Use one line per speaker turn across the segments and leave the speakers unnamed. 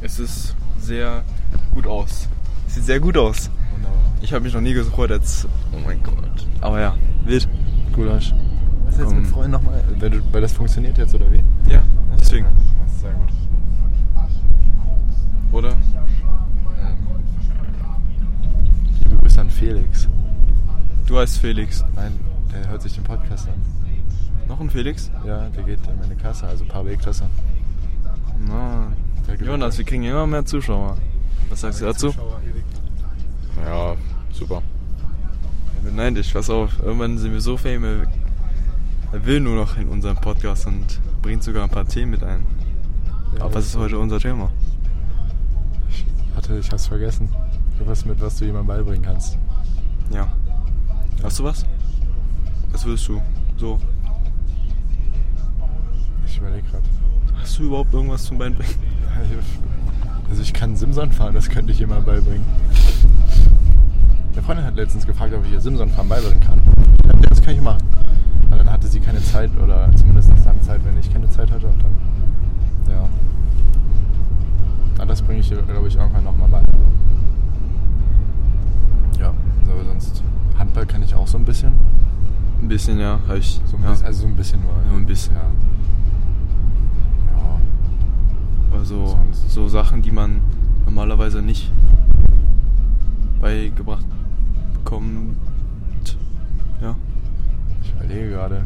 Es ist sehr gut aus.
Sieht sehr gut aus.
Wunderbar.
Ich habe mich noch nie gefreut als. Oh mein Gott. Aber ja, wild.
Gulasch.
Was
jetzt mit Freunden
nochmal?
Weil, du- weil das funktioniert jetzt, oder wie?
Ja, deswegen.
Das ist sehr gut. Oder? Liebe Grüße an Felix.
Du heißt Felix.
Nein, der hört sich den Podcast an.
Noch ein Felix?
Ja, der geht in meine Klasse, also Parallelklasse.
Na.
Der gibt-
Jonas, wir kriegen immer mehr Zuschauer. Was sagst du dazu?
Ja, super.
Ich bin neidisch, pass auf. Irgendwann sind wir so fame, er- er will nur noch in unseren Podcast und bringt sogar ein paar Themen mit ein. Aber was ist heute unser Thema?
Hatte, ich hab's vergessen. Was mit was du jemandem beibringen kannst.
Ja. Hast du was? Was willst du? So.
Ich überlege gerade.
Hast du überhaupt irgendwas zum Bein bringen?
Also ich kann Simson fahren, das könnte ich jemandem beibringen. Eine Freundin hat letztens gefragt, ob ich ihr Simson fahren beibringen kann. Ich dachte, das kann ich machen. Aber dann hatte sie keine Zeit oder zumindest dann Zeit, wenn ich keine Zeit hatte. Und dann, ja. Aber das bringe ich ihr, glaube ich, irgendwann nochmal bei. Ja, aber sonst Handball kann ich auch so ein bisschen.
Ein bisschen, ja. Hab ich.
So ein
ja.
bisschen also so ein bisschen nur.
Nur ein bisschen.
Ja. ja.
Also
Sonst-
so Sachen, die man normalerweise nicht beigebracht bekommt. Ja.
Ich überlege gerade.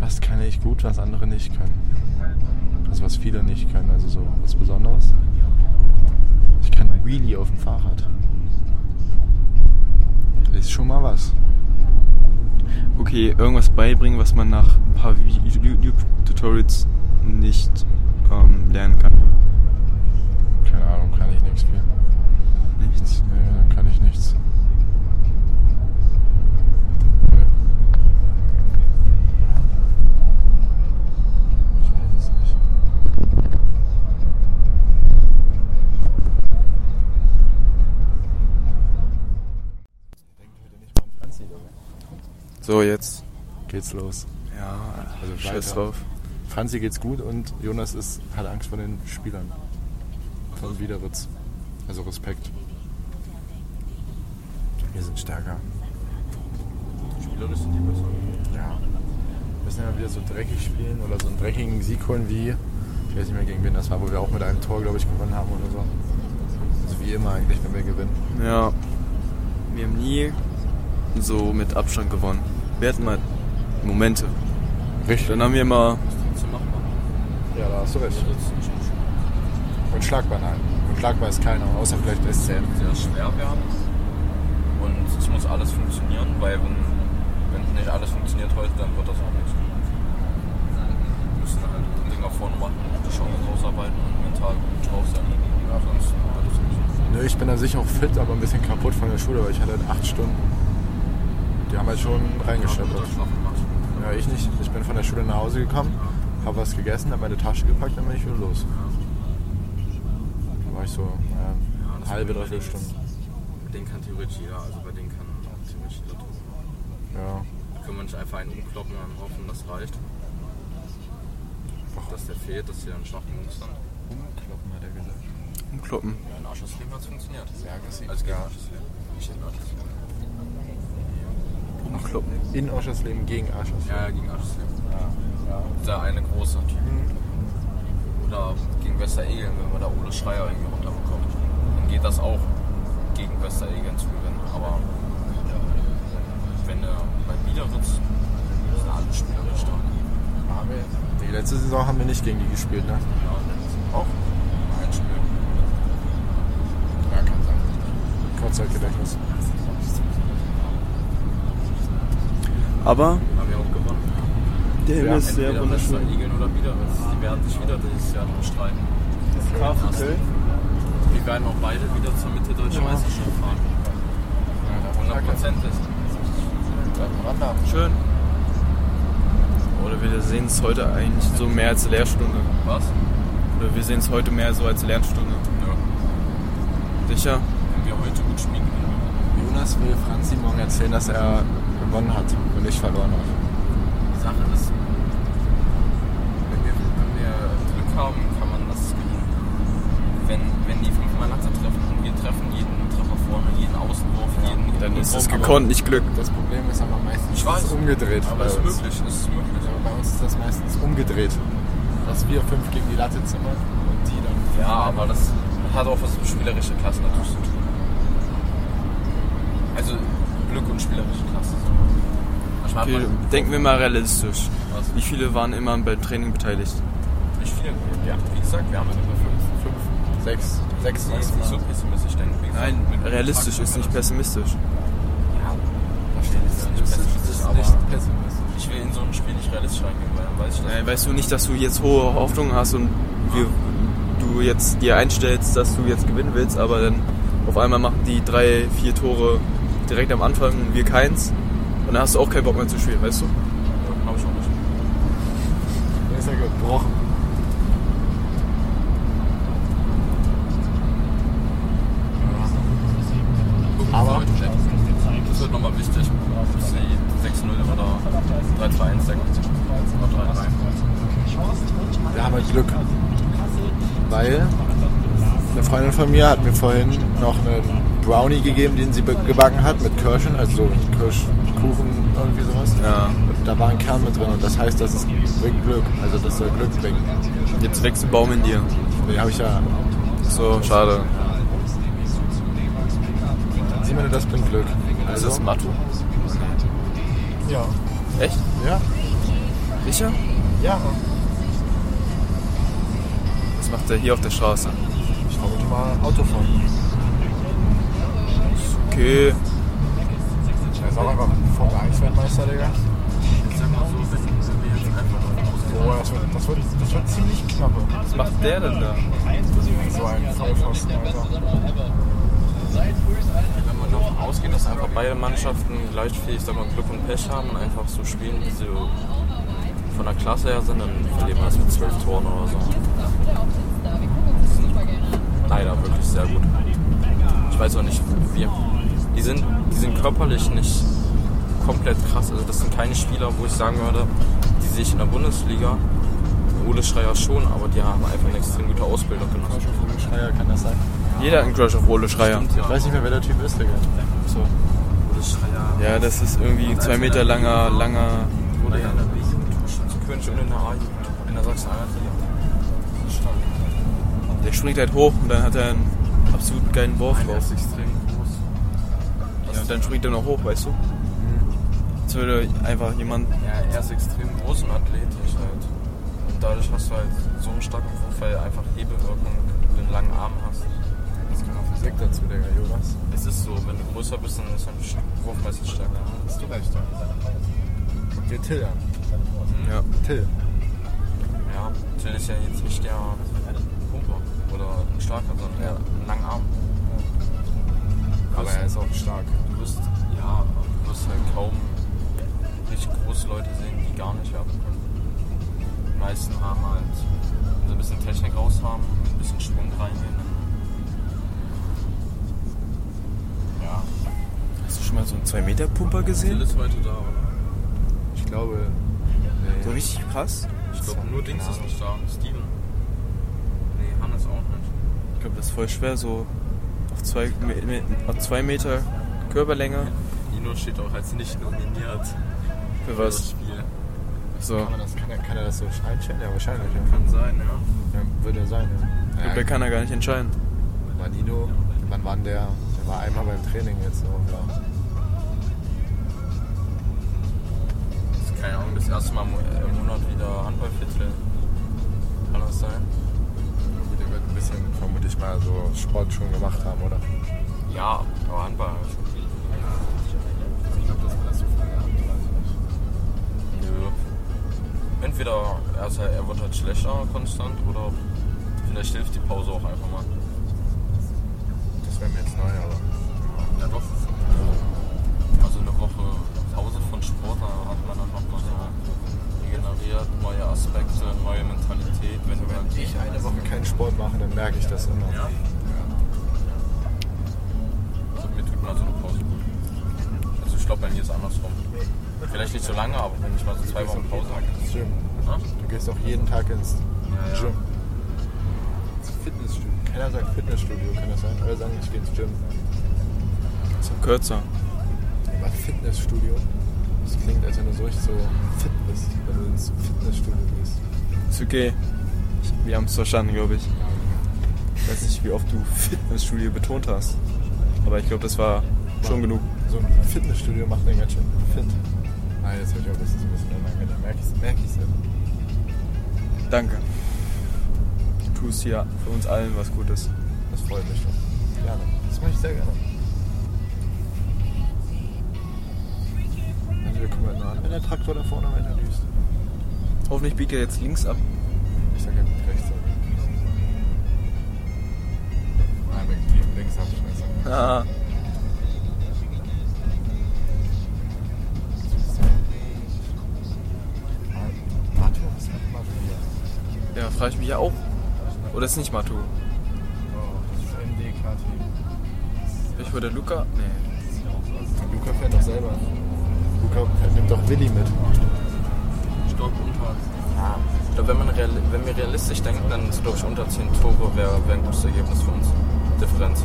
Was kann ich gut, was andere nicht können? Also was viele nicht können, also so was Besonderes. Ich kann Wheelie auf dem Fahrrad. Ist schon mal was.
Okay, irgendwas beibringen, was man nach ein paar Vi- YouTube-Tutorials nicht ähm, lernen kann.
Keine Ahnung, kann ich nichts viel.
Nichts.
Nee, dann kann ich nichts. Ich weiß es nicht.
So, jetzt.
Geht's los.
Ja,
Also
also scheiß
weiter.
drauf.
Franzi geht's gut und Jonas ist, hat Angst vor den Spielern. Von Wiederitz. Also Respekt. Wir sind stärker.
Spielerisch sind die besser.
Ja. Wir müssen ja wieder so dreckig spielen oder so einen dreckigen Sieg holen wie, ich weiß nicht mehr gegen wen das war, wo wir auch mit einem Tor, glaube ich, gewonnen haben oder so. Also wie immer eigentlich, wenn wir gewinnen.
Ja. Wir haben nie so mit Abstand gewonnen. Wir hatten mal Momente.
Richtig.
Dann haben wir mal.
Trotzdem machbar.
Ja, da hast du recht.
Das ist nicht so
Und schlagbar nein. Und schlagbar ist keiner, außer vielleicht SCM.
sehr schwer werden. Und es muss alles funktionieren, weil wenn, wenn nicht alles funktioniert heute, dann wird das auch nichts. Wir müssen halt Dinger vorne machen, die Chancen ausarbeiten und mental gut drauf sein. Ja, sonst wird es nicht.
Nö, ich bin an sich auch fit, aber ein bisschen kaputt von der Schule, weil ich hatte halt acht Stunden. Die haben halt schon reingeschöpft. Ja, ich nicht. Ich bin von der Schule nach Hause gekommen, habe was gegessen, habe meine Tasche gepackt, dann bin ich wieder los. Da war ich so naja,
das
halbe,
war bei
dreiviertel
denen
Stunde.
Bei denen kann theoretisch jeder, also bei denen kann auch theoretisch jeder drauf.
Ja.
Da können wir nicht einfach einen umkloppen und hoffen, das reicht. Dass der fehlt, dass die dann schwachen Jungs dann.
Umkloppen hat er gesagt.
Umkloppen.
Ja, in Aschersleben hat es funktioniert.
Ja, gesehen.
Also gegen
Ja.
Aschersleben. Nicht in Aschersleben.
Umkloppen.
In Oschersleben gegen Aschersleben.
Ja, ja, gegen Aschersleben.
Ja. ja.
Der eine große Typ. Oder gegen Westeregeln, wenn man da Ole Schreier irgendwie runterbekommt. Dann geht das auch, gegen Westeregeln zu gewinnen. Aber wenn du bei Biederitz sind alle Spieler richtig stark.
Haben wir- Die letzte Saison haben wir nicht gegen die gespielt, ne?
Ja,
Auch?
ein Spiel.
Ja, kann sein. Kurzzeitgedächtnis.
Aber
Haben wir auch gewonnen.
der Himmel ist sehr
Entweder Wester
wunderschön.
Igeln oder Biederitz. Die werden sich wieder dieses Jahr noch streiten.
KVL?
Wir werden auch beide wieder zur Mitte Deutsche Meisterschaft fahren. Hundertprozentig.
Schön. Oder wir sehen es heute eigentlich so mehr als Lehrstunde.
Was?
Oder wir sehen es heute mehr so als Lernstunde.
Ja.
Sicher?
Wenn wir heute gut schmiegen,
Jonas will Franzi morgen erzählen, dass er gewonnen hat und ich verloren habe.
die Sache ist,
konnten nicht Glück.
Das Problem ist aber meistens
Ich
ist es
weiß.
umgedreht.
Aber
bei
es ist
uns.
möglich, es ist möglich.
Also bei uns ist das meistens umgedreht. Dass wir fünf gegen die Latte zimmern und die dann.
Ja, aber das hat auch was mit spielerischer Klasse natürlich zu tun. Also Glück und spielerische Klasse. So. Manchmal hat
Viel,
man
denken wir mal realistisch.
was.
Wie viele waren immer beim Training beteiligt?
Nicht viele. Ja, wie gesagt, wir haben ja nur fünf.
Fünf, sechs, sechs
Das ist nicht so
maximal.
pessimistisch, denke ich.
Realistisch ist nicht pessimistisch.
Ja, verstehe ich. Ist nicht
Das ist- das
pessimistisch,
ist
aber
nicht pessimistisch.
ich will in so ein Spiel nicht realistisch reingehen, weil dann weiß ich das.
Äh, Weißt du nicht, dass du jetzt hohe Hoffnungen hast und wir, du jetzt dir einstellst, dass du jetzt gewinnen willst, aber dann auf einmal machen die drei, vier Tore direkt am Anfang und wir keins. Und dann hast du auch keinen Bock mehr zu spielen, weißt du?
Glaube ich auch nicht.
Der ist ja gebrochen. Aber
Das wird nochmal wichtig, bis sie 6-0 oder 3-2-1 sagen. Oder 3-3.
wir haben halt Glück. Weil eine Freundin von mir hat mir vorhin noch einen Brownie gegeben, den sie be- gebacken hat mit Kirschen, also Kirschkuchen, irgendwie sowas.
Ja.
Und da war ein Kern mit drin und das heißt, das ist, bringt Glück. Also das soll Glück bringen.
Jetzt wächst ein Baum in dir.
Den habe ich ja.
So, schade.
Sieh mal, das bringt Glück. Also-
Ist das Matto?
Ja.
Echt?
Ja?
Sicher?
Ja.
Was macht der hier auf der Straße?
Ich wollte mal Autofahren.
Okay.
Ich weiß auch einfach Formel-1-Weltmeister, Digga.
Ich sag mal so, wenn wir jetzt einfach
Boah, Oh, das wird, das wird, das wird ziemlich knapp.
Was macht der denn da?
So ein Vollpfosten, Alter.
Wenn man davon ausgeht, dass einfach beide Mannschaften gleich viel ich sag mal, Glück und Pech haben und einfach so spielen, wie sie von der Klasse her sind, dann verlieren wir das mit zwölf Toren oder so. Die sind Leider wirklich sehr gut. Ich weiß auch nicht, wie. Die sind, die sind körperlich nicht komplett krass. Also das sind keine Spieler, wo ich sagen würde, die sehe ich in der Bundesliga. Ole Schreier schon, aber die haben einfach eine extrem gute Ausbildung genossen.
Schreier kann das sein.
Jeder hat einen Crush auf Ole Schreier.
Ich weiß nicht mehr, wer der Typ ist, Digga. So.
Ole Schreier
Ja, das ist irgendwie zwei Meter langer, langer.
Wurde ja in der B-Jugend schon zu König und in der A-Jugend. In der Sachsen-Anhalt-Liga. Stark.
Der springt halt hoch und dann hat er einen absolut geilen Wurf
Der
drauf.
ist extrem groß.
Ja, und dann springt er noch hoch, weißt du? Jetzt Mhm. würde einfach jemand.
Ja, er ist extrem groß und athletisch halt. Und dadurch hast du halt so einen starken Wurf, weil einfach Hebewirkung den langen Arm hast.
Das kann auch Physik dazu, Digga, Jonas.
Es ist so, wenn du größer bist, dann ist dein Wurf meistens stärker. ne?
Hast du recht, ja. Wir Till an.
Ja.
Till.
Ja, natürlich ist ja jetzt nicht der Pumper oder ein starker, sondern
Ja.
ja. einen langen Arm.
Aber er ist auch stark.
Du wirst, ja, du wirst halt kaum richtig große Leute sehen, die gar nicht werfen können. Die meisten haben halt so ein bisschen Technik raus haben, ein bisschen Schwung reingehen. Ja.
Hast du schon mal so einen 2-Meter-Pumper gesehen?
ist heute da, oder?
Ich glaube. äh,
So richtig krass?
Ich glaube, nur Dings ist nicht da. Steven. Nee, Hannes auch nicht.
Ich glaube, das ist voll schwer, so auf 2 auf zwei Meter Körperlänge.
Nino steht auch als nicht nominiert.
Für
für das
was?
Spiel.
So.
Kann, man das, kann, er, kann er das so einstellen? Ja, wahrscheinlich. Ja.
Kann sein, ja.
Ja, würde er sein,
Ich
ja.
glaube, der kann er gar nicht entscheiden.
War Nino, wann war denn der? Der war einmal beim Training jetzt auch da.
Das ist keine Ahnung, das erste Mal im äh, Monat wieder Handballviertel. Kann das sein?
Der wird ein bisschen vermutlich mal so Sport schon gemacht haben, oder?
Ja, aber Handball.
Ich glaube, das war das so
Nö. Entweder also er wird halt schlechter konstant oder vielleicht hilft die Pause auch einfach mal.
Das wäre mir jetzt neu, aber.
Ja doch. Also eine Woche Pause von Sport, da hat man dann nochmal so regeneriert, neue Aspekte, neue Mentalität. Wenn du halt
ich eine Woche keinen Sport mache, dann merke ich das immer.
Ja? Also mir tut mal so eine Pause gut. Also ich glaube, bei mir ist es andersrum. Vielleicht nicht so lange, aber wenn ich mal so zwei Wochen Pause habe.
ins Gym.
ne?
Du gehst auch jeden Tag ins
Ja, ja.
Gym. Ins Fitnessstudio. Keiner sagt Fitnessstudio, kann das sein? Alle sagen, ich gehe ins Gym.
So kürzer.
Aber Wort Fitnessstudio. Das klingt, als wenn du so richtig so fit bist, wenn du ins Fitnessstudio gehst.
Ist okay. Ich- Wir haben es verstanden, glaube ich. Ich weiß nicht, wie oft du Fitnessstudio betont hast. Aber ich glaube, das war schon genug.
So ein Fitnessstudio macht den ganz schön fit. Ah, jetzt hab ich auch das ist ein bisschen unangenehm. Da merke ich merk ich's ja.
Danke. Du tust hier für uns allen was Gutes.
Das freut mich schon. Gerne. Das mache ich sehr gerne. Also wir kommen halt nur an, wenn der Traktor da vorne weiterdüst.
Hoffentlich biegt er jetzt links ab.
Ich sag ja gut rechts.
Nein, links- links habe ich besser.
Ah,
Warte, was ist mit Mathe hier?
ja, frage ich mich ja auch. Oder ist nicht Matu?
Oh, das ist MDKT.
Ich würde Luca. Nee.
Luca fährt doch selber. Luca nimmt doch Willi mit.
Stock unter. Ja. Ich glaube, wenn, man reali- wenn wir realistisch denken, dann ist, glaube ich, unter 10 Tore wäre wär ein gutes Ergebnis für uns. Differenz.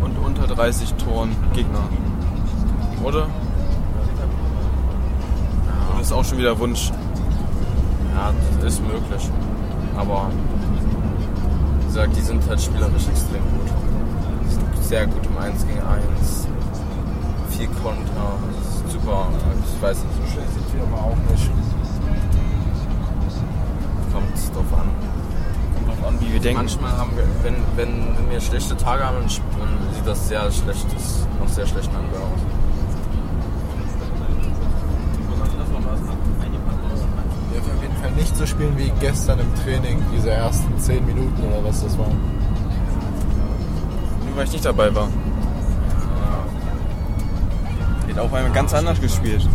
Und unter 30 Toren Gegner. Oder? Und das ist auch schon wieder Wunsch.
Ja, das ist möglich. Aber wie gesagt, die sind halt spielerisch extrem gut. Die sind sehr gut im 1 gegen 1. Viel Konter. Das ist super. Ich weiß nicht, so schlecht sind wir aber auch nicht. Kommt drauf an. Kommt drauf an, wie wir
denken.
Manchmal haben wir, wenn, wenn, wenn wir schlechte Tage haben, dann sp- dann sieht das sehr schlechtes, nach sehr schlechten Anwärter aus.
Wir werden auf jeden Fall nicht so spielen wie gestern im Training, diese ersten 10 Minuten oder was das waren.
Nur weil ich nicht dabei war. Wird auch einmal ganz anders gespielt.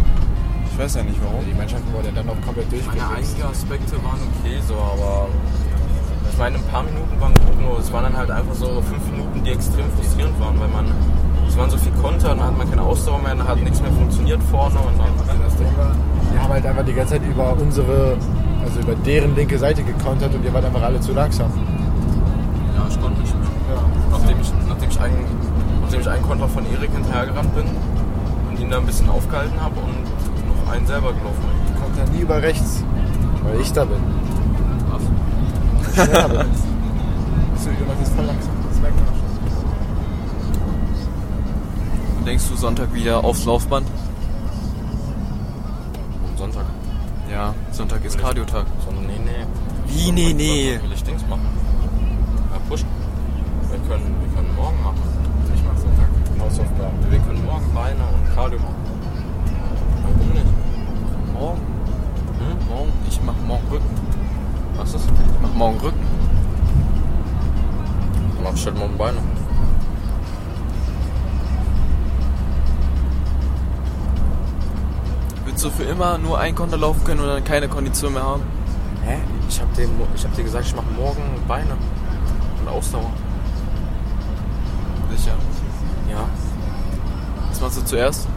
Ich weiß ja nicht warum.
Die Mannschaften wurden ja dann noch komplett
Ja,
durchgewichst.
einige Aspekte waren okay, so, aber ich meine, ein paar Minuten waren gut, nur es waren dann halt einfach so fünf Minuten, die extrem frustrierend waren, weil man, es waren so viel Konter, dann hat man keine Ausdauer mehr, dann hat nichts mehr funktioniert vorne und dann,
Das Ding war, die haben halt einfach die ganze Zeit über unsere, also über deren linke Seite gekontert und ihr wart einfach alle zu langsam.
ja, ich konnte nicht mehr. Nachdem ich, nachdem ich einen, nachdem ich einen Konter von Erik hinterhergerannt bin und ihn da ein bisschen aufgehalten habe und noch einen selber gelaufen bin.
Kommt dann nie über rechts, weil ich da bin.
Was?
Ja, aber so, ihr macht das voll ne? langsam. Das merkt man auch schon.
Denkst du Sonntag wieder aufs Laufband?
Am Sonntag.
Ja, Sonntag ist Kardiotag. Oh
Sondern nee, nee.
Wie, nee, nee.
Will ich Dings machen? Ja, pushen. Wir können, wir können morgen machen.
Ich mach Sonntag Hausaufgaben.
Wir können morgen Beine und Cardio machen. Warum nicht?
Morgen?
Hm?
Morgen? Ich mach morgen Rücken.
Was ist das?
Ich mach morgen Rücken.
Dann mach ich halt morgen Beine.
Willst du für immer nur ein Konter laufen können und dann keine Kondition mehr haben?
Hä? Ich hab dir, ich hab dir gesagt, ich mach morgen Beine. Und Ausdauer.
Sicher.
Ja.
Was machst du zuerst?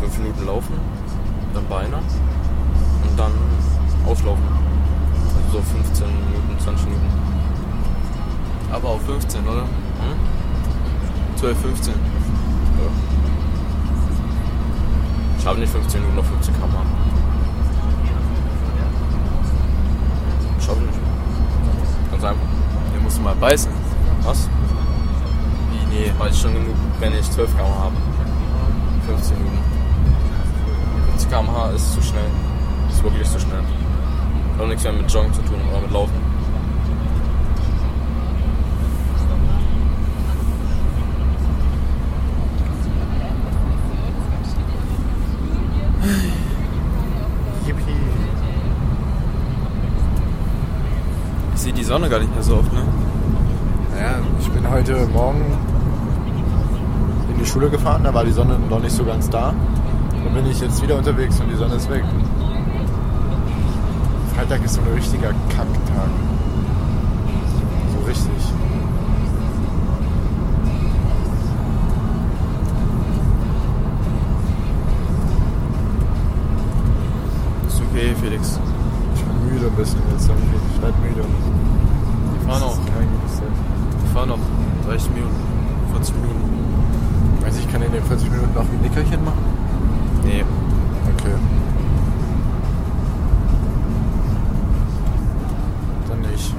Fünf Minuten laufen, dann Beine und dann auslaufen. Also so 15 Minuten, 20 Minuten.
Aber auf 15, oder?
Hm?
12, 15.
Ich habe nicht 15 Minuten auf 15 Gramm. an. Ich habe nicht. Ganz einfach.
Hier musst du mal beißen.
Was?
Wie, nee.
Weil ich schon genug, wenn ich 12 km habe. 15 Minuten. 50 km/h ist zu schnell. Ist wirklich zu schnell. Hat auch nichts mehr mit Joggen zu tun oder mit Laufen.
Yippie.
Ich sehe die Sonne gar nicht mehr so oft, ne?
Naja, ich bin heute Morgen in die Schule gefahren, da war die Sonne noch nicht so ganz da. Dann bin ich jetzt wieder unterwegs und die Sonne ist weg. Freitag ist so ein richtiger Kacktag. So richtig.
Ist okay, Felix.
Ich bin müde ein bisschen jetzt irgendwie. Ich bleib müde.
Wir fahren
Das
noch.
ist kein gutes Zeichen.
Wir fahren noch. 30 Minuten. 40 Minuten.
Meinst du, ich kann in den 40 Minuten noch ein Nickerchen machen?
Nee.
Okay. Dann nicht.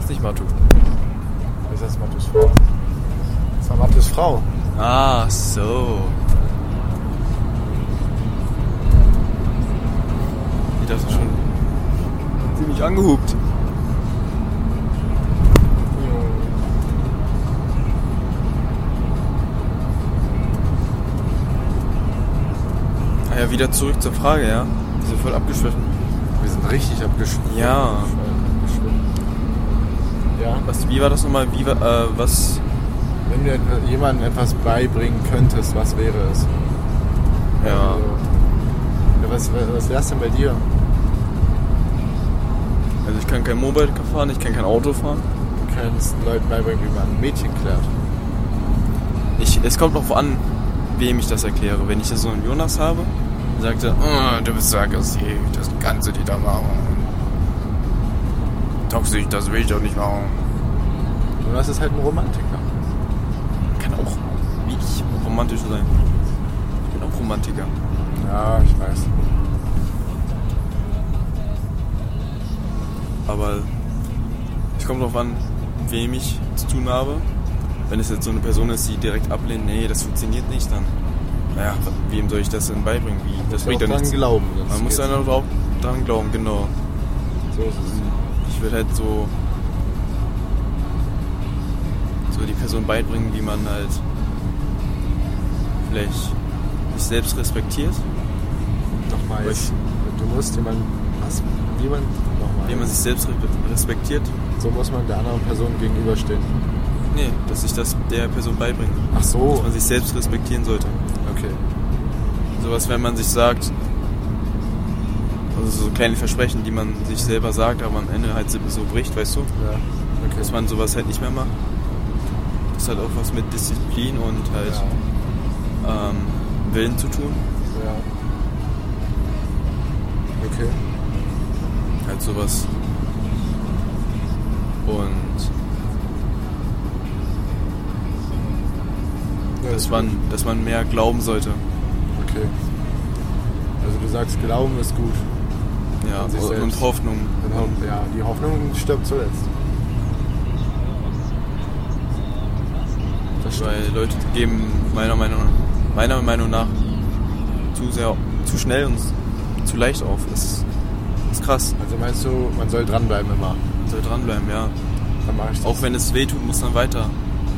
Ist nicht Matu.
Das ist jetzt Mathis Frau. Mhm. Das war Mathis Frau.
Ah, so. Die das ist schon ziemlich angehupt. Ah ja, wieder zurück zur Frage, ja. Die sind voll abgeschwiffen.
Wir sind richtig abgeschnitten.
Ja.
Ja.
Was, wie war das nochmal? Wie war, äh, was?
Wenn du etwa- jemandem etwas beibringen könntest, was wäre es?
Ja.
Also, ja was was wär's denn bei dir?
Also ich kann kein Mobile fahren, ich kann kein Auto fahren.
Du kannst Leuten beibringen, wie man ein Mädchen klärt.
Ich, es kommt drauf an, wem ich das erkläre. Wenn ich jetzt so einen Jonas habe, dann sagt er, oh, du bist so aggressiv, das kannst du nicht da machen.
Toxisch, das will ich doch nicht machen.
Und das ist halt ein Romantiker.
Kann auch, wie ich, romantisch sein. Ich bin auch Romantiker.
Ja, ich weiß.
Aber es kommt drauf an, wem ich zu tun habe. Wenn es jetzt so eine Person ist, die direkt ablehnt, nee, das funktioniert nicht, dann, naja, wem soll ich das denn beibringen? Wie, das bringt ja
dran
nichts.
glauben. sonst
Man muss
geht's
dann aber auch dran glauben, genau.
nicht. So ist es.
Ich will halt so, so die Person beibringen, wie man halt vielleicht sich selbst respektiert,
Nochmal.
Was?
jetzt. Du musst jemanden. Was? Jemand. Nochmal.
wie man sich selbst re- respektiert.
so muss man der anderen Person gegenüberstehen.
Nee, dass ich das der Person beibringe,
Ach so.
dass man sich selbst respektieren sollte.
Okay.
Sowas, wenn man sich sagt, also so kleine Versprechen, die man sich selber sagt, aber am Ende halt so bricht, weißt du?
Ja. Okay.
dass man sowas halt nicht mehr macht. Das hat auch was mit Disziplin und halt ähm, Willen zu tun.
Ja. ja. Okay.
Halt sowas. Und
Ja,
dass man, dass man mehr glauben sollte.
Okay. Also du sagst, Glauben ist gut.
Ja,
An sich
und,
selbst.
und Hoffnung.
Dann ho- Ja, die Hoffnung stirbt zuletzt. Das
Weil Leute geben meiner Meinung, meiner Meinung nach zu sehr zu schnell und zu leicht auf. Das ist, das ist krass.
Also meinst du, man soll dranbleiben immer?
Man soll dranbleiben, ja.
Dann mach ich das.
Auch wenn es weh tut, muss man weiter.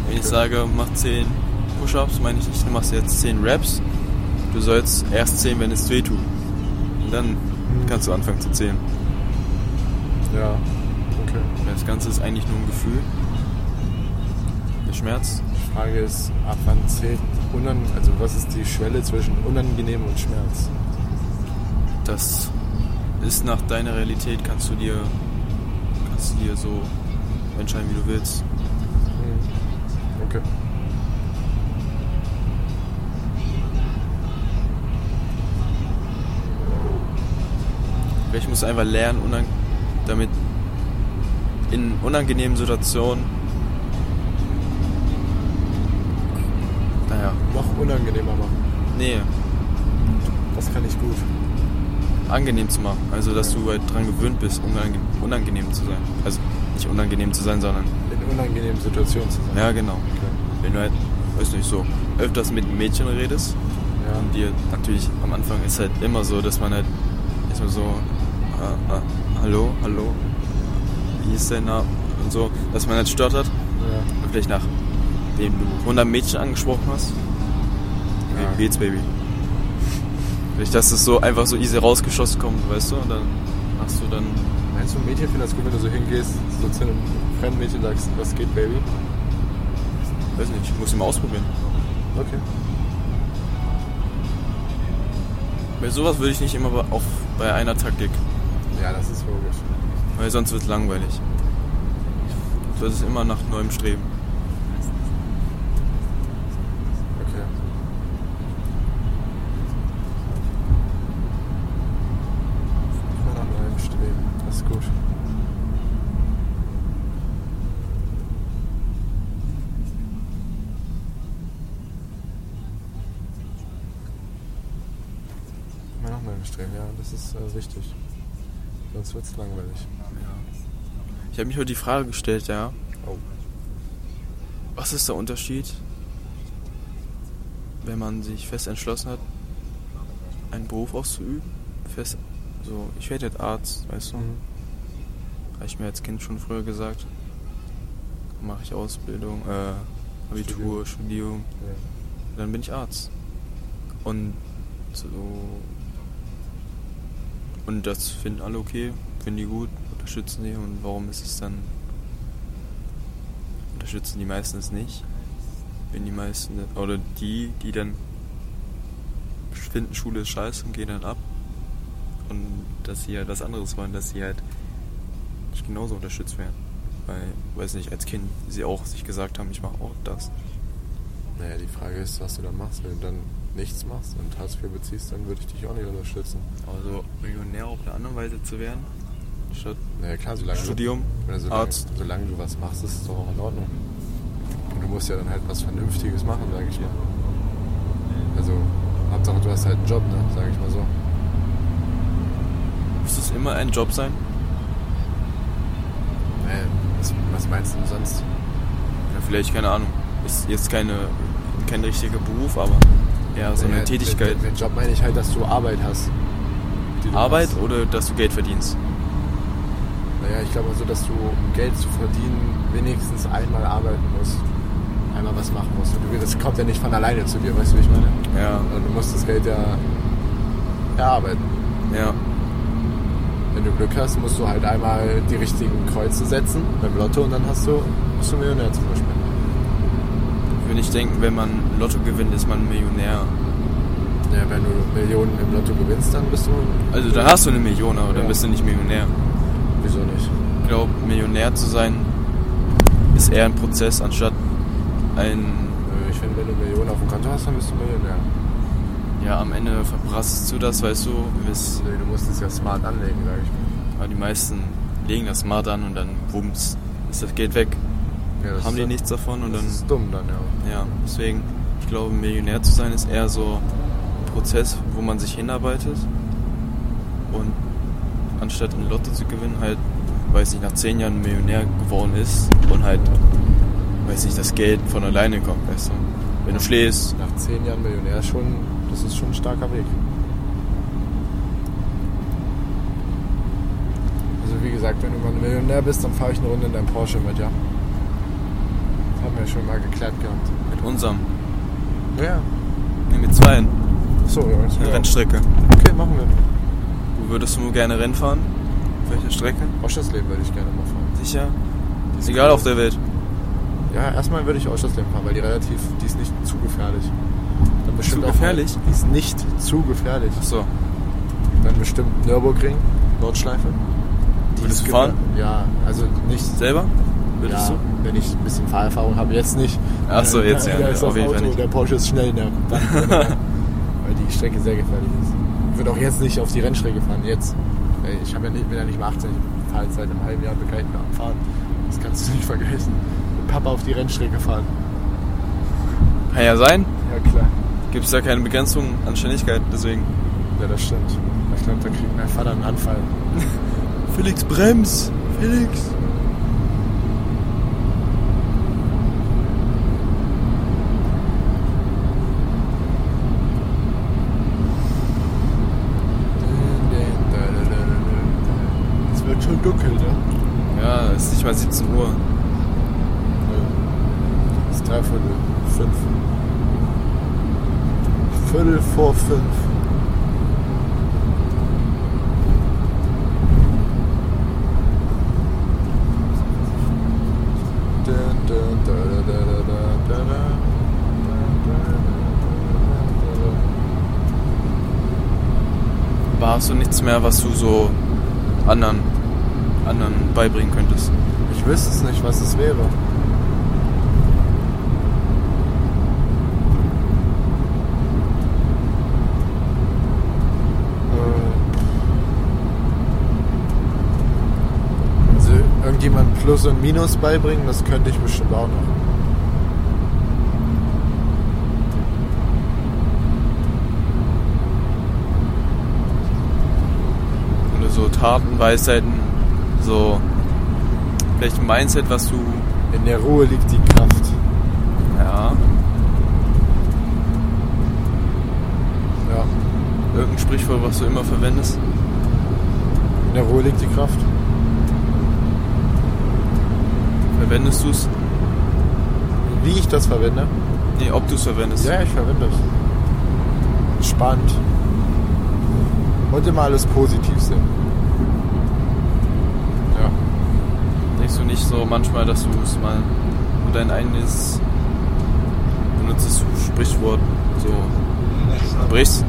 Wenn ich
Okay.
sage, mach 10 Push-Ups, meine ich nicht, du machst jetzt 10 Raps. Du sollst erst 10, wenn es weh tut. Und dann
Mhm.
kannst du anfangen zu zählen.
Ja. Okay.
Das Ganze ist eigentlich nur ein Gefühl. Der Schmerz.
Die Frage ist, ab wann zählt unan also was ist die Schwelle zwischen unangenehm und Schmerz?
Das ist nach deiner Realität, kannst du dir, kannst du dir so entscheiden, wie du willst.
Hm. Okay.
Ich muss einfach lernen, unang damit in unangenehmen Situationen. Naja,
Noch unangenehmer machen.
nee,
Das kann ich gut.
angenehm zu machen. Also, dass du halt dran gewöhnt bist, unange unangenehm zu sein. Also, nicht unangenehm zu sein, sondern.
In unangenehmen Situationen zu sein.
Ja, genau.
Okay.
Wenn du halt, weiß nicht, so öfters mit einem Mädchen redest,
Ja.
und dir natürlich am Anfang ist halt immer so, dass man halt erstmal so, ah, ah, hallo, hallo, wie ist dein Name? Und so, dass man halt stottert.
ja.
Und vielleicht nachdem du 100 Mädchen angesprochen hast.
Ja.
Wie geht's, Baby? Vielleicht, dass es so einfach so easy rausgeschossen kommt, weißt du? Und dann hast du dann.
Meinst du, Mädchen finden das gut, wenn du so hingehst, so zu einem fremden Mädchen sagst, was geht, Baby?
Weiß nicht, ich muss immer ausprobieren.
Okay.
Bei sowas würde ich nicht immer bei- auf, bei einer Taktik,
Ja, das ist logisch.
weil sonst wird es langweilig. Du solltest immer nach neuem streben.
Okay. Immer nach neuem Streben. Das ist gut. extrem, ja, das ist äh, wichtig. Sonst wird es langweilig.
Ich habe mich heute die Frage gestellt, ja.
Oh.
Was ist der Unterschied, wenn man sich fest entschlossen hat, einen Beruf auszuüben? Fest, so, ich werde jetzt Arzt, weißt du?
Mhm.
Habe ich mir als Kind schon früher gesagt. Mache ich Ausbildung, äh, Abitur, Studium.
Ja.
Dann bin ich Arzt. Und so. Und das finden alle okay, finden die gut, unterstützen die. Und warum ist es dann. Unterstützen die meisten es nicht? Wenn die meisten. Oder die, die dann. Finden Schule ist scheiße und gehen dann ab. Und dass sie halt was anderes wollen, dass sie halt. nicht genauso unterstützt werden. Weil, weiß nicht, als Kind sie auch sich gesagt haben, ich mache auch das.
Naja, die Frage ist, was du dann machst. Wenn du dann nichts machst und Hartz IV beziehst, dann würde ich dich auch nicht unterstützen.
Also Millionär auf eine andere Weise zu werden, statt
Naja, klar, solange
Studium,
du, oder solange,
Arzt.
solange du was machst, ist es doch auch in Ordnung. Und du musst ja dann halt was Vernünftiges machen, sage ich mal. Also, Hauptsache du hast halt einen Job, ne? sage ich mal so.
Muss es immer ein Job sein?
Naja, was, was meinst du sonst?
Ja, vielleicht, keine Ahnung. Ist jetzt keine, kein richtiger Beruf, aber ja, so eine
Naja,
Tätigkeit.
Mit, mit Job meine ich halt, dass du Arbeit hast. die du
Arbeit
machst.
oder dass du Geld verdienst?
Naja, ich glaube also, dass du, um Geld zu verdienen, wenigstens einmal arbeiten musst. Einmal was machen musst. Und du- das kommt ja nicht von alleine zu dir, weißt du, wie ich meine?
Ja,
Und du musst das Geld ja erarbeiten.
ja,
Wenn du Glück hast, musst du halt einmal die richtigen Kreuze setzen beim Lotto und dann hast du, bist du Millionär zum Beispiel.
würde ich denken, wenn man Lotto gewinnt, ist man Millionär.
Ja, wenn du Millionen im Lotto gewinnst, dann bist du.
Also dann hast du eine Million, aber dann
Ja.
bist du nicht Millionär.
Wieso nicht?
Ich glaube, Millionär zu sein ist eher ein Prozess, anstatt ein
Äh, Ich finde, wenn du Millionen auf dem Konto hast, dann bist du Millionär.
Ja, am Ende verprasst du das, weißt du. Bis,
Nee, du musst es ja smart anlegen, sag ich mal.
aber die meisten legen das smart an und dann bums, ist das Geld weg.
Ja, das
Haben
ist
die
dann-
nichts davon und
das
dann.
ist dumm dann, ja.
Ja, deswegen, ich glaube, Millionär zu sein ist eher so ein Prozess, wo man sich hinarbeitet. Und anstatt ein Lotto zu gewinnen, halt, weiß nicht, nach zehn Jahren Millionär geworden ist und halt, weiß nicht, das Geld von alleine kommt, weißt du. Wenn du schläfst,
Nach zehn Jahren Millionär schon, das ist schon ein starker Weg. Also wie gesagt, wenn du mal ein Millionär bist, dann fahre ich eine Runde in deinem Porsche mit, ja. Das haben wir schon mal geklärt gehabt.
mit unserem,
Ja.
nee, mit zweien,
Achso, ja. alles
eine
klar.
Rennstrecke.
Okay, machen wir.
Wo würdest du gerne Rennen fahren? Auf welcher Strecke?
Oschersleben würde ich gerne mal fahren.
Sicher? Ist egal auf der Welt.
Ja, erstmal würde ich Oschersleben fahren, weil die relativ, die ist nicht zu gefährlich. Dann bestimmt
Zu
auch-
gefährlich?
Die ist nicht zu gefährlich.
Achso.
Dann bestimmt Nürburgring, Nordschleife. Die
Würdest
ist
du fahren?
gefähr- Ja, also nicht
Selber? Würdest
ja, wenn ich ein bisschen Fahrerfahrung habe, jetzt nicht.
Ach so,
Äh,
jetzt ja,
da ist
auf
das
jeden
Auto,
Fall nicht.
Der Porsche ist schnell in der Band, weil die Strecke sehr gefährlich ist. Ich würde auch jetzt nicht auf die Rennstrecke fahren, jetzt. Weil Ich habe ja nicht, bin ja nicht mehr 18, ich fahre jetzt seit einem halben Jahr begleitend am Fahren. Das kannst du nicht vergessen. Mit Papa auf die Rennstrecke fahren.
du? Kann ja sein.
Ja, klar.
Gibt es da keine Begrenzung an Schnelligkeit, deswegen.
Ja, das stimmt. Ich glaube, da kriegt mein Vater einen Anfall.
Felix, brems! Felix!
Es wird schon dunkel, ne?
Ja, es ist nicht mal 17 Uhr.
Es ist dreiviertel fünf. Viertel vor fünf.
Aber hast du nichts mehr, was du so anderen, anderen beibringen könntest?
Ich wüsste es nicht, was es wäre. Äh, Also irgendjemand Plus und Minus beibringen, das könnte ich bestimmt auch noch.
Karten, Weisheiten, so vielleicht ein Mindset, was du
In der Ruhe liegt die Kraft.
ja,
Ja.
irgendein Sprichwort, was du immer verwendest.
In der Ruhe liegt die Kraft.
Verwendest du es?
Wie ich das verwende?
Nee, ob du es verwendest.
Ja, ich verwende es. Spannend. Und immer alles positiv sehen. Ja.
Denkst du nicht so manchmal, dass du es mal nur dein eigenes benutztes Sprichwort so brichst?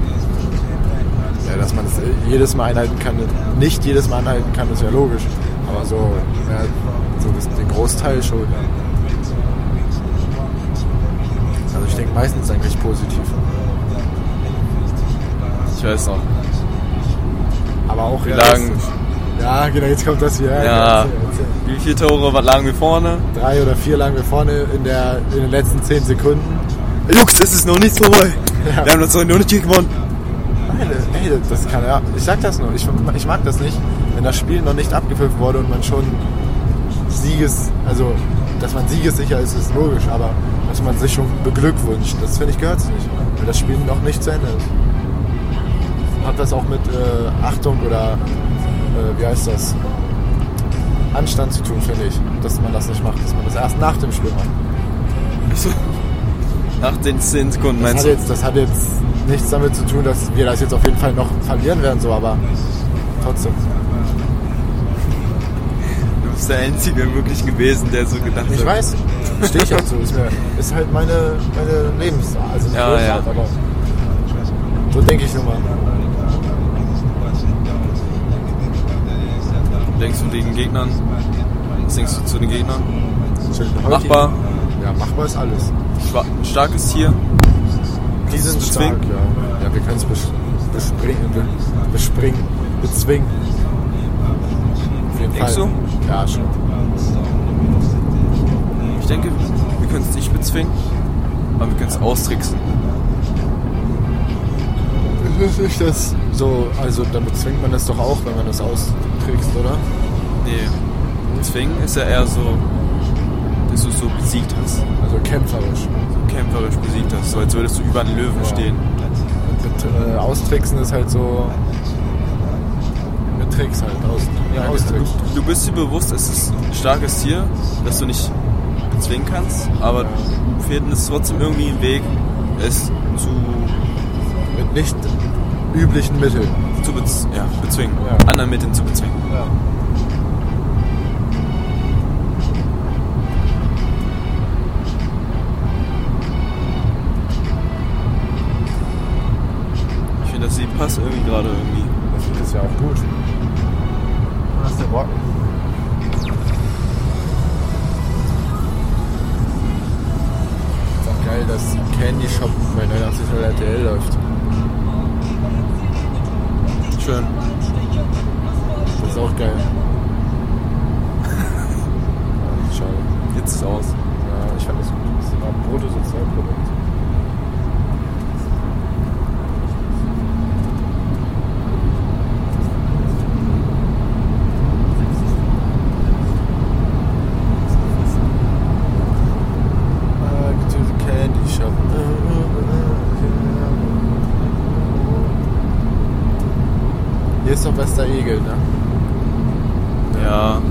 Ja, dass man es äh, jedes Mal einhalten kann. Nicht jedes Mal einhalten kann, ist ja logisch. Aber so, ja, so das, den Großteil schon. Also ich denke meistens eigentlich positiv.
Ich weiß noch.
Aber auch
Wir
realistisch.
lagen,
Ja, genau, jetzt kommt das hier.
Ja.
erzähl, erzähl.
wie viele Tore was lagen wir vorne?
Drei oder vier lagen wir vorne in, der, in den letzten zehn Sekunden.
Jungs, es ist noch nicht vorbei.
Ja.
Wir haben uns noch nicht gewonnen.
Nein, das- ey, das- das kann ja. Ich sag das nur. Ich, ich mag das nicht, wenn das Spiel noch nicht abgepfiffen wurde und man schon Sieges, also dass man siegessicher ist, ist logisch, aber dass man sich schon beglückwünscht, das finde ich gehört nicht, weil das Spiel noch nicht zu Ende ist. Hat das auch mit äh, Achtung oder äh, wie heißt das? Anstand zu tun, finde ich, dass man das nicht macht, dass man das erst nach dem Spiel macht.
Nach den 10 Sekunden,
Das
meinst
hat,
du?
jetzt, das hat jetzt nichts damit zu tun, dass wir das jetzt auf jeden Fall noch verlieren werden, so, aber trotzdem.
Du bist der Einzige wirklich gewesen, der so gedacht hat.
Ich weiß, stehe ich auch so. Ist, mir, ist halt meine, meine Lebensart. Also nicht
Ja,
Lebensart,
ja.
aber so denke ich nun mal.
Denkst du wegen Gegnern? Was denkst du zu den Gegnern?
Schön.
Machbar,
Ja, machbar ist alles.
schwa- starkes Tier.
Die sind
du
stark,
zwingen?
ja. Ja, wir können es bes bespringen, be bespringen, bezwingen. Auf jeden
Denkst
Fall. Ja, schon.
Ich denke, wir können es nicht bezwingen, aber wir können es austricksen.
Das ist das. So, also dann bezwingt man das doch auch, wenn man das austrickst, oder?
Nee, zwingen ist ja eher so, dass du es so besiegt hast.
Also kämpferisch.
So kämpferisch besiegt hast. So als würdest du über einen Löwen stehen.
Mit, äh, austricksen ist halt so. Mit Tricks halt. Aus, ja, austricksen.
Du bist dir bewusst, es ist ein starkes Tier, das du nicht bezwingen kannst, aber du findest trotzdem irgendwie einen Weg, es zu,
Mit nicht üblichen Mitteln.
zu bez ja, bezwingen.
Ja.
Anderen Mitteln zu bezwingen.
Ja.
Ich finde, das sieht passt irgendwie gerade irgendwie.
Das ist ja auch gut. Das ist der Brocken. Ist auch geil, dass Candy Shop bei 89.0 RTL läuft.
Schön.
Das ist auch geil. Schade.
Jetzt ist es aus.
Ja, ich fand das gut. Das war ein Bruttosozialprodukt. Back to the candy shop. Hier ist doch Wester Egel, ne?
Ja.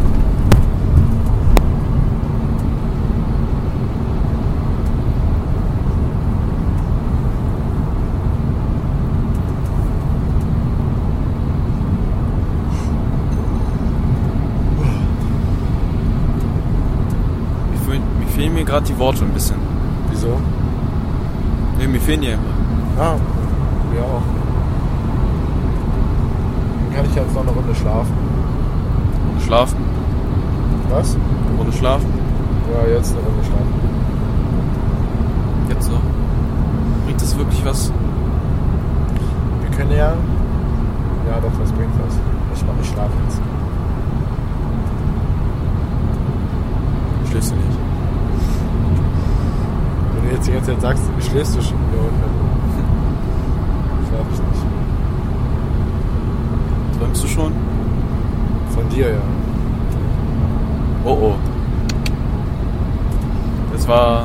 Mir fehlen- mir fehlen mir gerade die Worte ein bisschen.
Wieso?
Ne, mir fehlen hier.
Ja, wir auch. Dann kann ich jetzt noch eine Runde schlafen.
Runde schlafen,
Was?
Runde schlafen.
Ja, jetzt eine Runde schlafen.
Jetzt so. Bringt das wirklich was?
Wir können ja. Ja, doch, das bringt was. Ich mache ich schlafe jetzt.
Schläfst du nicht.
Wenn du jetzt die ganze Zeit sagst, du schläfst du schon wieder unten. Schlaf ich nicht.
Träumst du schon?
Von dir, ja.
Oh oh. Das war.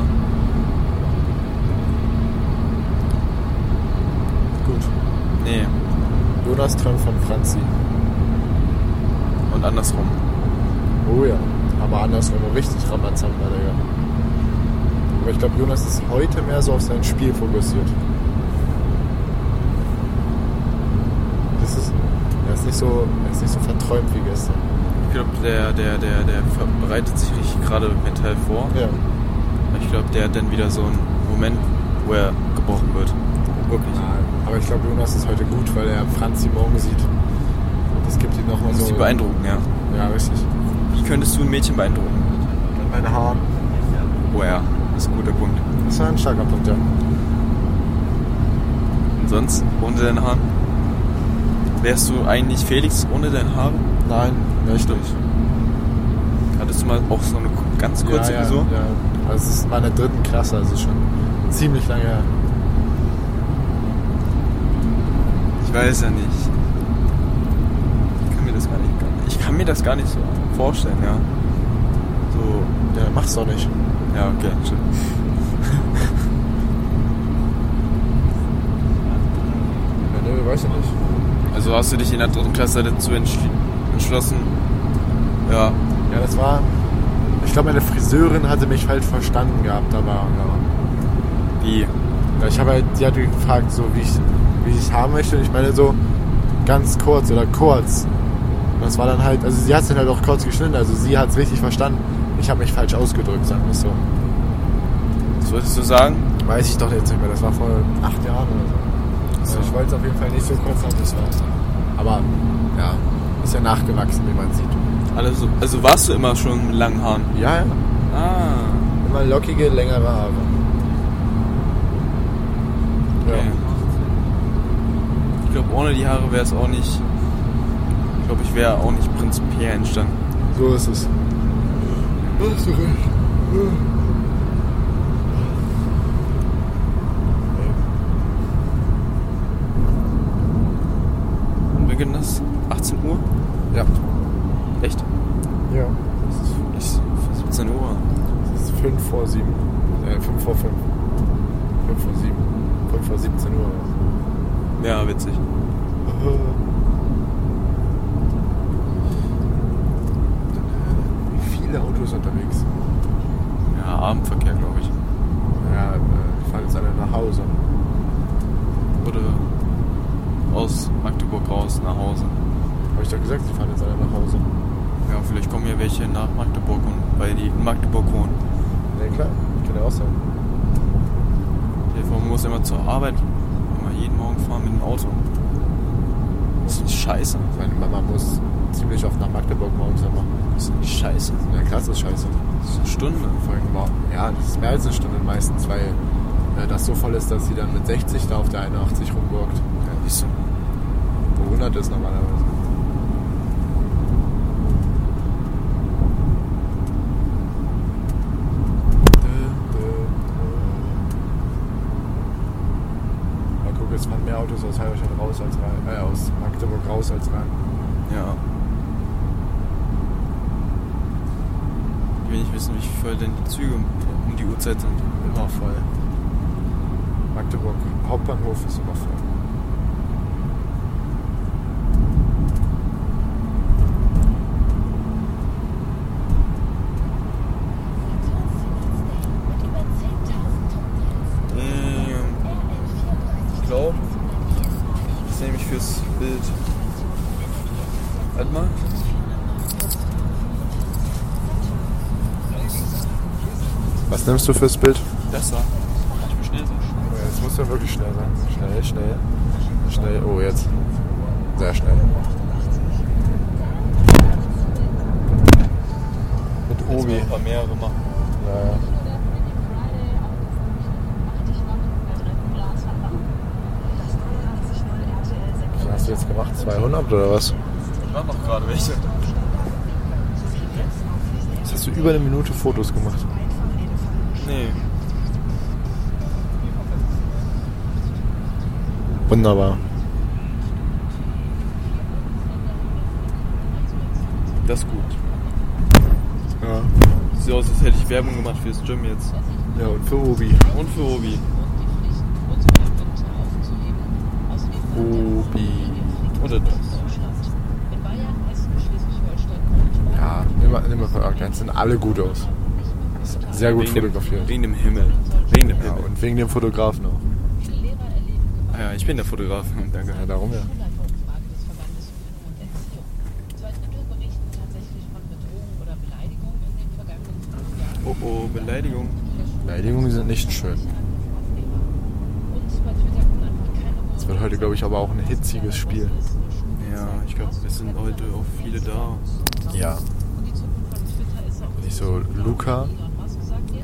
Gut.
Nee.
Jonas träumt von Franzi.
Und andersrum.
Oh ja. Aber andersrum richtig Rambazamba, Digga. Aber ich glaube, Jonas ist heute mehr so auf sein Spiel fokussiert. Das ist, er, ist nicht so, er ist nicht so verträumt wie gestern.
Ich glaube, der, der, der, der bereitet sich richtig gerade mental vor.
Ja.
Ich glaube, der hat dann wieder so einen Moment, wo er gebrochen wird. Wirklich.
Aber ich glaube, Jonas ist heute gut, weil er Franzi morgen sieht. Das gibt ihm nochmal
Das
so.
ist beeindruckend, ja.
Ja, richtig.
Wie könntest du ein Mädchen beeindrucken?
Mit meinen Haaren.
Oh ja, das ist ein guter Punkt.
Das war ein starker Punkt, ja.
Und sonst, ohne deine Haare? Wärst du eigentlich Felix ohne deine Haare?
Nein, nicht durch.
Hattest du mal auch so eine ganz kurze
ja, ja,
Frisur?
Ja. Also es ist in meiner dritten Klasse, also schon ziemlich lange her.
Ich weiß ja nicht. Ich kann mir das gar nicht, ich kann mir das gar nicht so vorstellen, ja. So,
Ja, mach's doch nicht.
ja, okay, stimmt.
Ja, ne, weiß ich nicht.
Also hast du dich in der dritten Klasse dazu entschl entschlossen? Ja,
Ja, das war. Ich glaube, meine Friseurin hatte mich halt verstanden gehabt, aber ja.
wie?
Ja, ich habe halt, die hat gefragt, so wie ich wie ich es haben möchte. Und ich meine so ganz kurz oder kurz. Und das war dann halt, also sie hat es dann halt auch kurz geschnitten, also sie hat es richtig verstanden. Ich habe mich falsch ausgedrückt, sagen wir es so.
Was würdest du sagen?
Weiß ich doch jetzt nicht mehr, das war vor acht Jahren oder so.
So.
Also ich wollte es auf jeden Fall nicht so kurz haben, das war. Aber ja, ist ja nachgewachsen, wie man sieht.
Also, also warst du immer schon mit langen Haaren?
Ja, ja.
Ah,
Immer lockige, längere Haare. Ja.
okay. Ich glaube, ohne die Haare wäre es auch nicht. Ich glaube, ich wäre auch nicht prinzipiell entstanden.
So ist es. Hast du recht.
Wann beginnt das? 18 Uhr?
Ja.
Echt?
Ja.
Ich, 17 Uhr.
Es ist 5 vor 7. Äh, 5 vor 5. 5 vor 7. 5 vor 17 Uhr.
Ja, witzig.
Wie viele Autos unterwegs?
Ja, Abendverkehr, glaube ich.
Ja, äh, die fahren jetzt alle nach Hause.
Oder aus Magdeburg raus nach Hause.
Habe ich doch gesagt, sie fahren jetzt alle nach Hause.
Ja, vielleicht kommen ja welche nach Magdeburg und weil die in Magdeburg wohnen.
Ja klar, kann ja auch sein.
Stell dir vor, man muss immer zur Arbeit, immer jeden Morgen fahren mit dem Auto. Das ist scheiße.
Meine Mama muss ziemlich oft nach Magdeburg morgens immer.
Das ist scheiße.
Ja, klar, das ist scheiße.
Das ist eine Stunde.
Folgen war- Ja, das ist mehr als eine Stunde meistens, weil äh, das so voll ist, dass sie dann mit 60 da auf der 81 rumgurkt. Ja,
Siehst du?
wo 100 ist normalerweise. Äh, Mal gucken, es fahren mehr Autos aus Halberstadt raus als rein. Äh, aus Magdeburg raus als rein.
Ja. Ich will nicht wissen, wie voll denn die Züge um, um die Uhrzeit sind.
Immer voll. Magdeburg Hauptbahnhof ist immer voll.
Ähm, ich glaube, das nehme ich fürs Bild. Warte mal.
Was nimmst du fürs Bild?
Das da. Ich bin schnell so.
Jetzt muss ja wirklich schnell sein. Schnell, schnell. Schnell. Oh, jetzt. Sehr schnell. Mit Obi. Äh,
Ein paar mehrere machen.
Ja. Was hast du jetzt gemacht? 200 oder was?
Ich mach noch gerade welche.
Jetzt hast du über eine Minute Fotos gemacht.
Nee.
Wunderbar.
Das ist gut.
Ja.
Sieht aus, als hätte ich Werbung gemacht fürs Gym jetzt.
Ja, und für Obi.
Und für Obi.
Obi.
Und das.
Ja, nimm mal, nimm mal von Orkneys. Sind alle gut aus. Sehr gut
dem,
fotografiert.
wegen dem Himmel. Wegen dem
ja,
Himmel.
und wegen dem Fotografen auch.
Ah Ja, ich bin der Fotograf. Danke.
Ja, genau darum ja.
Oh oh, Beleidigung.
Beleidigungen sind nicht schön. Es wird heute, glaube ich, aber auch ein hitziges Spiel.
Ja, ich glaube, es sind heute auch viele da.
Ja. Nicht so Luca.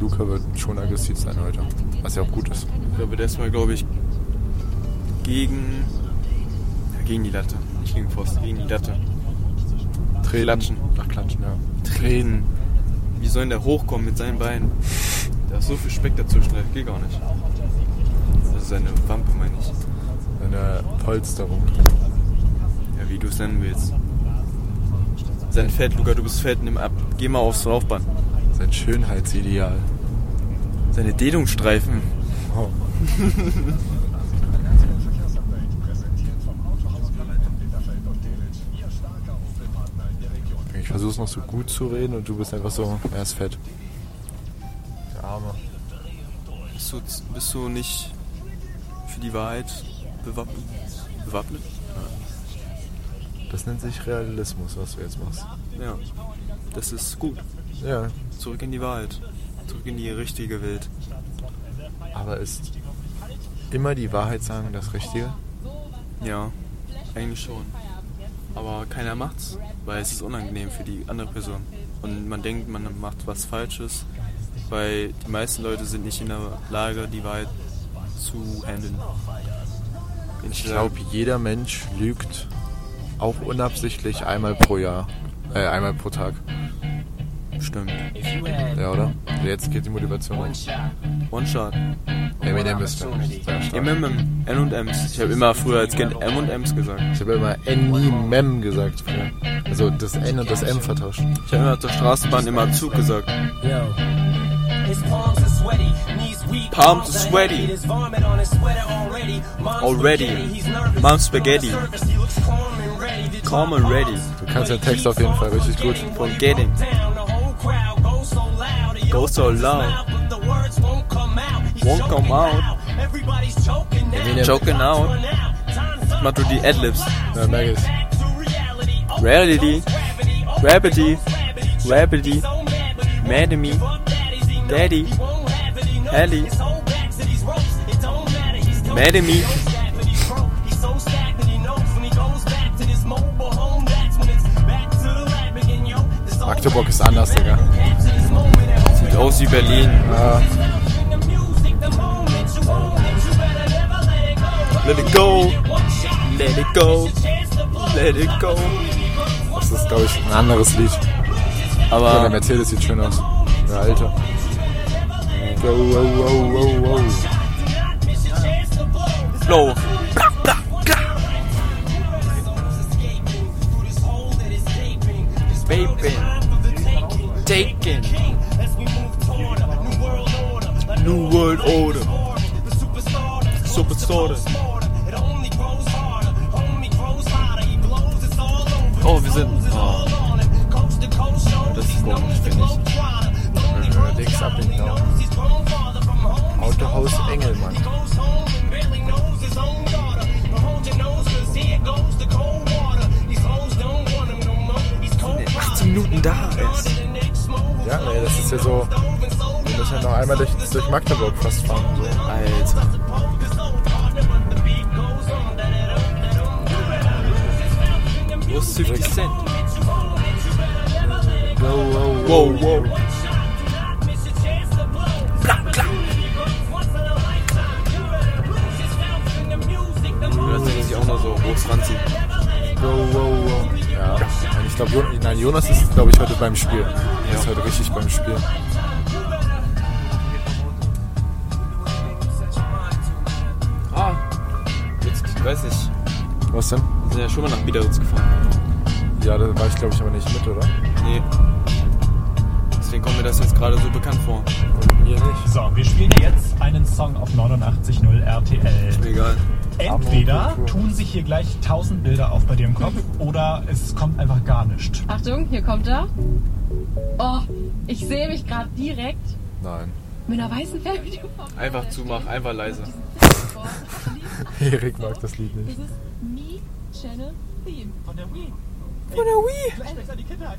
Luca wird schon aggressiv sein heute. Was ja auch gut ist.
Ich glaube, der ist mal, glaube ich, gegen. Ja, gegen die Latte. Nicht gegen den Pfosten, gegen die Latte.
Tränen.
Klatschen.
Ach, klatschen, ja.
Tränen. Wie soll denn der hochkommen mit seinen Beinen? Da ist so viel Speck dazwischen, das geht gar nicht. Das ist seine Wampe, meine ich.
Eine Polsterung.
Ja, wie du es nennen willst. Sein Fett, Luca, du bist fett, nimm ab. Geh mal aufs Laufband.
Sein Schönheitsideal.
Seine Dehnungsstreifen.
Oh. Ich versuche es noch so gut zu reden und du bist einfach so, er ist fett. Der Arme.
Bist du, bist du nicht für die Wahrheit bewappnet? Bewappnet?
Das nennt sich Realismus, was du jetzt machst.
Ja. Das ist gut.
Ja,
Zurück in die Wahrheit. Zurück in die richtige Welt.
aber ist immer die Wahrheit sagen das Richtige?
Ja, eigentlich schon. Aber keiner macht's, weil es ist unangenehm für die andere Person. Und man denkt, man macht was Falsches, weil die meisten Leute sind nicht in der Lage, die Wahrheit zu handeln. Bin
Ich
da-
glaube, jeder Mensch lügt auch unabsichtlich einmal pro Jahr. Äh, einmal pro Tag.
Stimmt.
Ja, oder? Jetzt geht die Motivation hoch.
One Shot.
Eminem ist für mich sehr stark.
MM, N&M's. Ich habe immer früher als Kind M&M's gesagt.
Ich habe immer Eminem gesagt früher. Also das N und das M vertauscht.
Ich habe immer auf der Straßenbahn immer Zug gesagt.
Yo. His palms are sweaty, knees weak.
Palms are
Palms are
sweaty.
sweaty. vomit on his sweater already. Mom's
Already.
nervous.
Mom's
Mom's
spaghetti.
spaghetti. Calm and ready. to
Calm
drop
and ready.
bombs.
Du kannst den Text auf jeden Fall richtig gut.
Von Getting. Go
Go
so
so
loud.
loud. Won't come out.
Won't come out.
Everybody's choking now.
Choking out. Mach du die Adlibs.
Ja, merke ich.
Oh,
Reality. Gravity. Gravity. Madame.
Madame.
Daddy.
Daddy.
Ellie.
Ellie.
Madame.
Madame.
Magdeburg ist anders, Digga.
Sieht aus wie Berlin. Let it go. Let it go. Let it go.
Das ist, glaube ich, ein anderes Lied. Aber der
Aber
Mercedes sieht schön aus. Der alte. Go, wow, wow, wow, wow.
Flow. Baby. Taken. New World Order. Superstar. Oh, wir sind. Oh. Das ist komisch, finde ich.
Äh, Links ab den Daumen. Autohaus Engelmann.
Nee, 18 Minuten da ist.
Ja, nee, das ist ja so. Wir müssen ja halt noch einmal durch, durch Magdeburg fast fahren. So.
Alter. Wo ist 50 Cent?
Go, wow,
Wow, wow. Das ist auch noch so hoch 20.
Go, wow, wow. Ja. Ich glaube, Jon nein, Jonas ist, glaube ich, heute beim Spiel. Er ist heute richtig beim Spiel.
Ah, jetzt weiß ich.
Was denn?
Wir sind ja schon mal nach Biederitz gefahren.
Ja, da war ich glaube ich aber nicht mit, oder?
Nee. Deswegen kommt mir das jetzt gerade so bekannt vor.
Und mir nicht.
So, wir spielen jetzt einen Song auf 89.0 RTL.
Mir egal.
Entweder
Amor Kultur.
tun sich hier gleich 1000 Bilder auf bei dir im Kopf oder es kommt einfach gar nichts.
Achtung, hier kommt er. Oh, ich sehe mich gerade direkt
Nein.
mit einer weißen Fernbedienung.
Einfach zumachen, einfach leise.
Erik mag das Lied
Das
nicht.
ist Me Channel Theme.
Von der Wii. Von der Wii. Gleich an die Kindheit.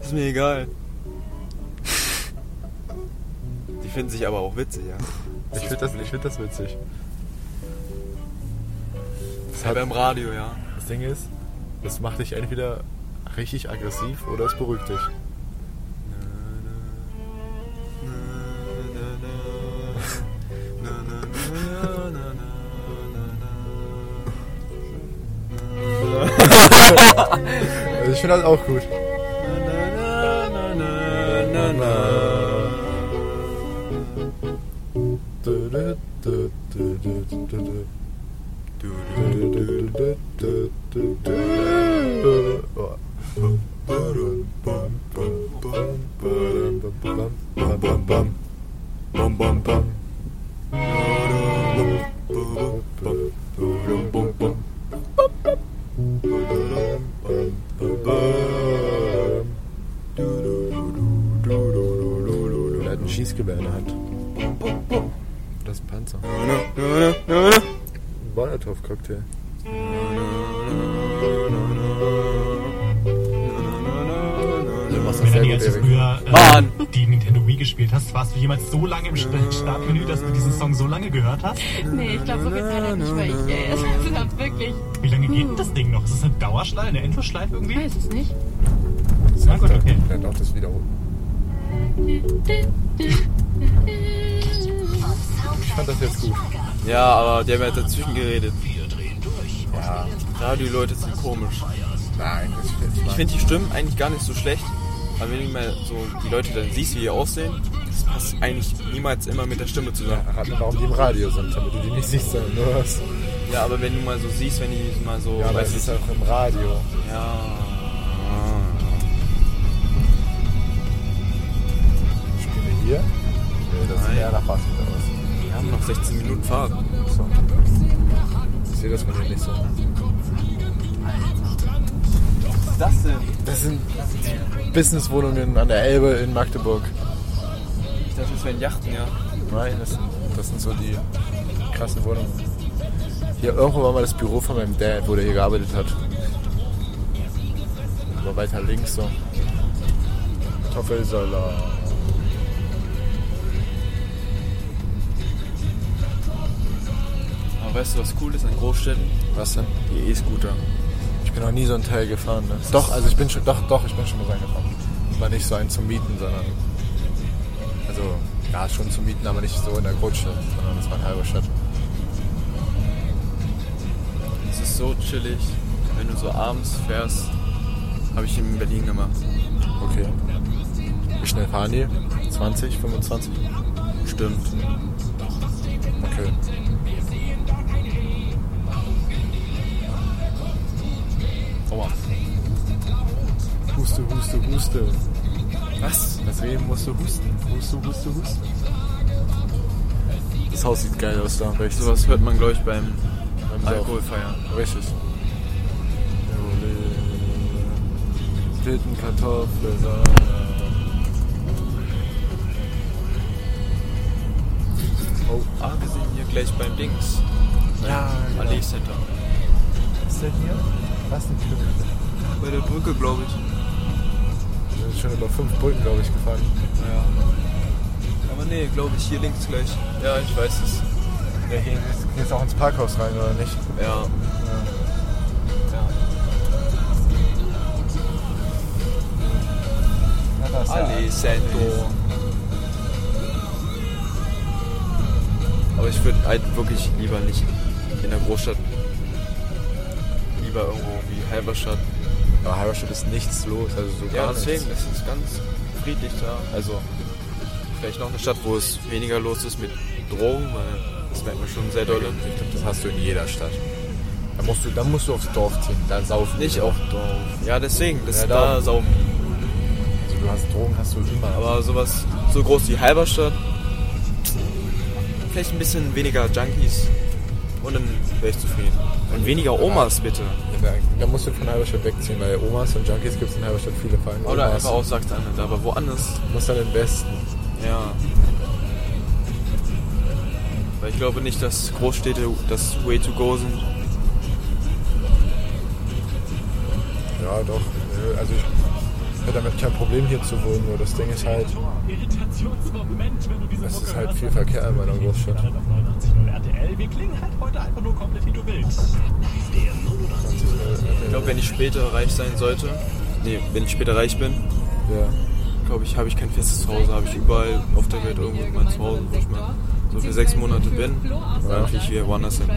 Ist mir egal. Die finden sich aber auch witzig, ja.
Ich finde das, ich find das witzig.
Das halt beim Radio, ja.
Das Ding ist, das macht dich entweder richtig aggressiv oder es beruhigt dich. Also ich finde das auch gut.
Er hat ein Schießgewehr in der Hand.
Das ist ein Panzer.
Ein Molotow-Cocktail.
Du machst das sehr
Melanie,
gut,
als du
Erik.
früher
Mann.
äh, die Nintendo Wii gespielt hast, warst du jemals so lange im St- Startmenü, dass du diesen Song so lange gehört hast?
Nee, ich glaube, so geht's leider nicht, weil ich, äh, es ist halt wirklich,
Wie lange geht denn das Ding noch? Ist das eine Dauerschleife, eine Endlosschleife
ich
irgendwie?
weiß es nicht.
Na gut, okay.
Ja, doch, das wiederholen. Ich fand das jetzt gut.
Ja, aber die haben ja dazwischen geredet. Radio-Leute sind komisch.
Nein, das finde ich
Ich finde die Stimmen eigentlich gar nicht so schlecht. Aber wenn du mal so die Leute dann siehst, wie die aussehen, das passt eigentlich niemals immer mit der Stimme zusammen.
Raten, warum die im Radio sind, damit du die nicht siehst, sondern nur hörst.
Ja, aber wenn du mal so siehst, wenn die mal so,
Ja, aber
weißt
es
du,
ist auch im Radio.
ja.
Spielen wir hier? Nee, das sieht
Nein.
eher nach Basketball aus.
Wir haben noch 16 Minuten Fahrt.
So. Ich sehe das von hier nicht so.
Was ist das denn?
Das sind Businesswohnungen an der Elbe in Magdeburg.
Ich dachte, das wären Yachten, ja.
Nein, das sind, das sind so die krassen Wohnungen. Hier irgendwo war mal das Büro von meinem Dad, wo der hier gearbeitet hat. Aber weiter links so. Kartoffelsalat.
Aber weißt du, was cool ist an Großstädten?
Was denn?
Die E-Scooter.
Ich bin noch nie so ein Teil gefahren, ne? Doch, also ich bin schon, doch, doch, ich bin schon mal reingefahren. War nicht so ein zum Mieten, sondern. Also, ja, schon zum Mieten, aber nicht so in der Großstadt, sondern das war eine halbe Stadt.
Es ist so chillig, wenn du so abends fährst. Habe ich in Berlin gemacht.
Okay. Wie schnell fahren die? 20, 25?
Stimmt.
Okay.
Aua.
Huste, huste, huste.
Was?
Das Reben musste husten. Huste, huste, huste. Das Haus sieht geil aus da rechts.
Sowas hört man, glaube ich, beim
Beim Saufen.
Alkoholfeiern.
Richtig. Schlitten, Kartoffeln,
Oh. Ah, wir sind hier gleich beim Dings.
Ja,
Beim
genau.
Allee Center.
Was ist denn hier? Was ein Glück.
Bei der Brücke, glaube ich.
Wir sind schon über fünf Brücken, glaube ich, gefahren.
Naja. Aber nee, glaube ich, hier links gleich. Ja, ich weiß es.
Ja, hier ist, hier ist auch ins Parkhaus rein, oder nicht?
Ja.
Ja, das
Allee Center. Aber ich würde halt wirklich lieber nicht in der Großstadt. Lieber irgendwo wie Halberstadt.
Aber Halberstadt ist nichts los, also so
Ja,
gar
deswegen
nichts.
ist es ganz friedlich da. Also vielleicht noch eine Stadt, wo es weniger los ist mit Drogen, weil das merkt man schon sehr doll.
Ich glaube, das hast du in jeder Stadt. Da musst du, dann musst du aufs Dorf ziehen. Da saufen.
Nicht
die
auf
Dorf.
Ja, deswegen, das
Ja,
da,
da.
saugen.
Also du hast Drogen, hast du immer.
Aber sowas, so groß wie Halberstadt, vielleicht ein bisschen weniger Junkies und dann wäre ich zufrieden. Und weniger Omas bitte.
da, da musst du von Halberstadt wegziehen, weil Omas und Junkies gibt es in Halberstadt viele. Vor allem
Oder
Omas.
einfach aus Sachsen-Anhalt, aber woanders.
Du musst dann den Westen.
Ja. Weil ich glaube nicht, dass Großstädte das Way to Go sind.
Ja, doch. Nö, Also ich hätte damit kein Problem hier zu wohnen, nur das Ding ist halt,
Irritationsmoment, wenn du diese
Es
Mucke
ist halt
hörst,
viel
dann
Verkehr in meiner
bist du
Großstadt.
auf 89.0 RTL. Wir klingen halt heute einfach nur komplett wie du willst. Der
halt
Ich glaube, wenn ich später reich sein sollte, nee, wenn ich später reich bin,
ja.
glaube ich, habe ich kein festes Zuhause. Habe ich überall auf der Welt irgendwo mein Zuhause, wo ich mal so für sechs Monate bin. Und dann fliege ich wieder woanders hin.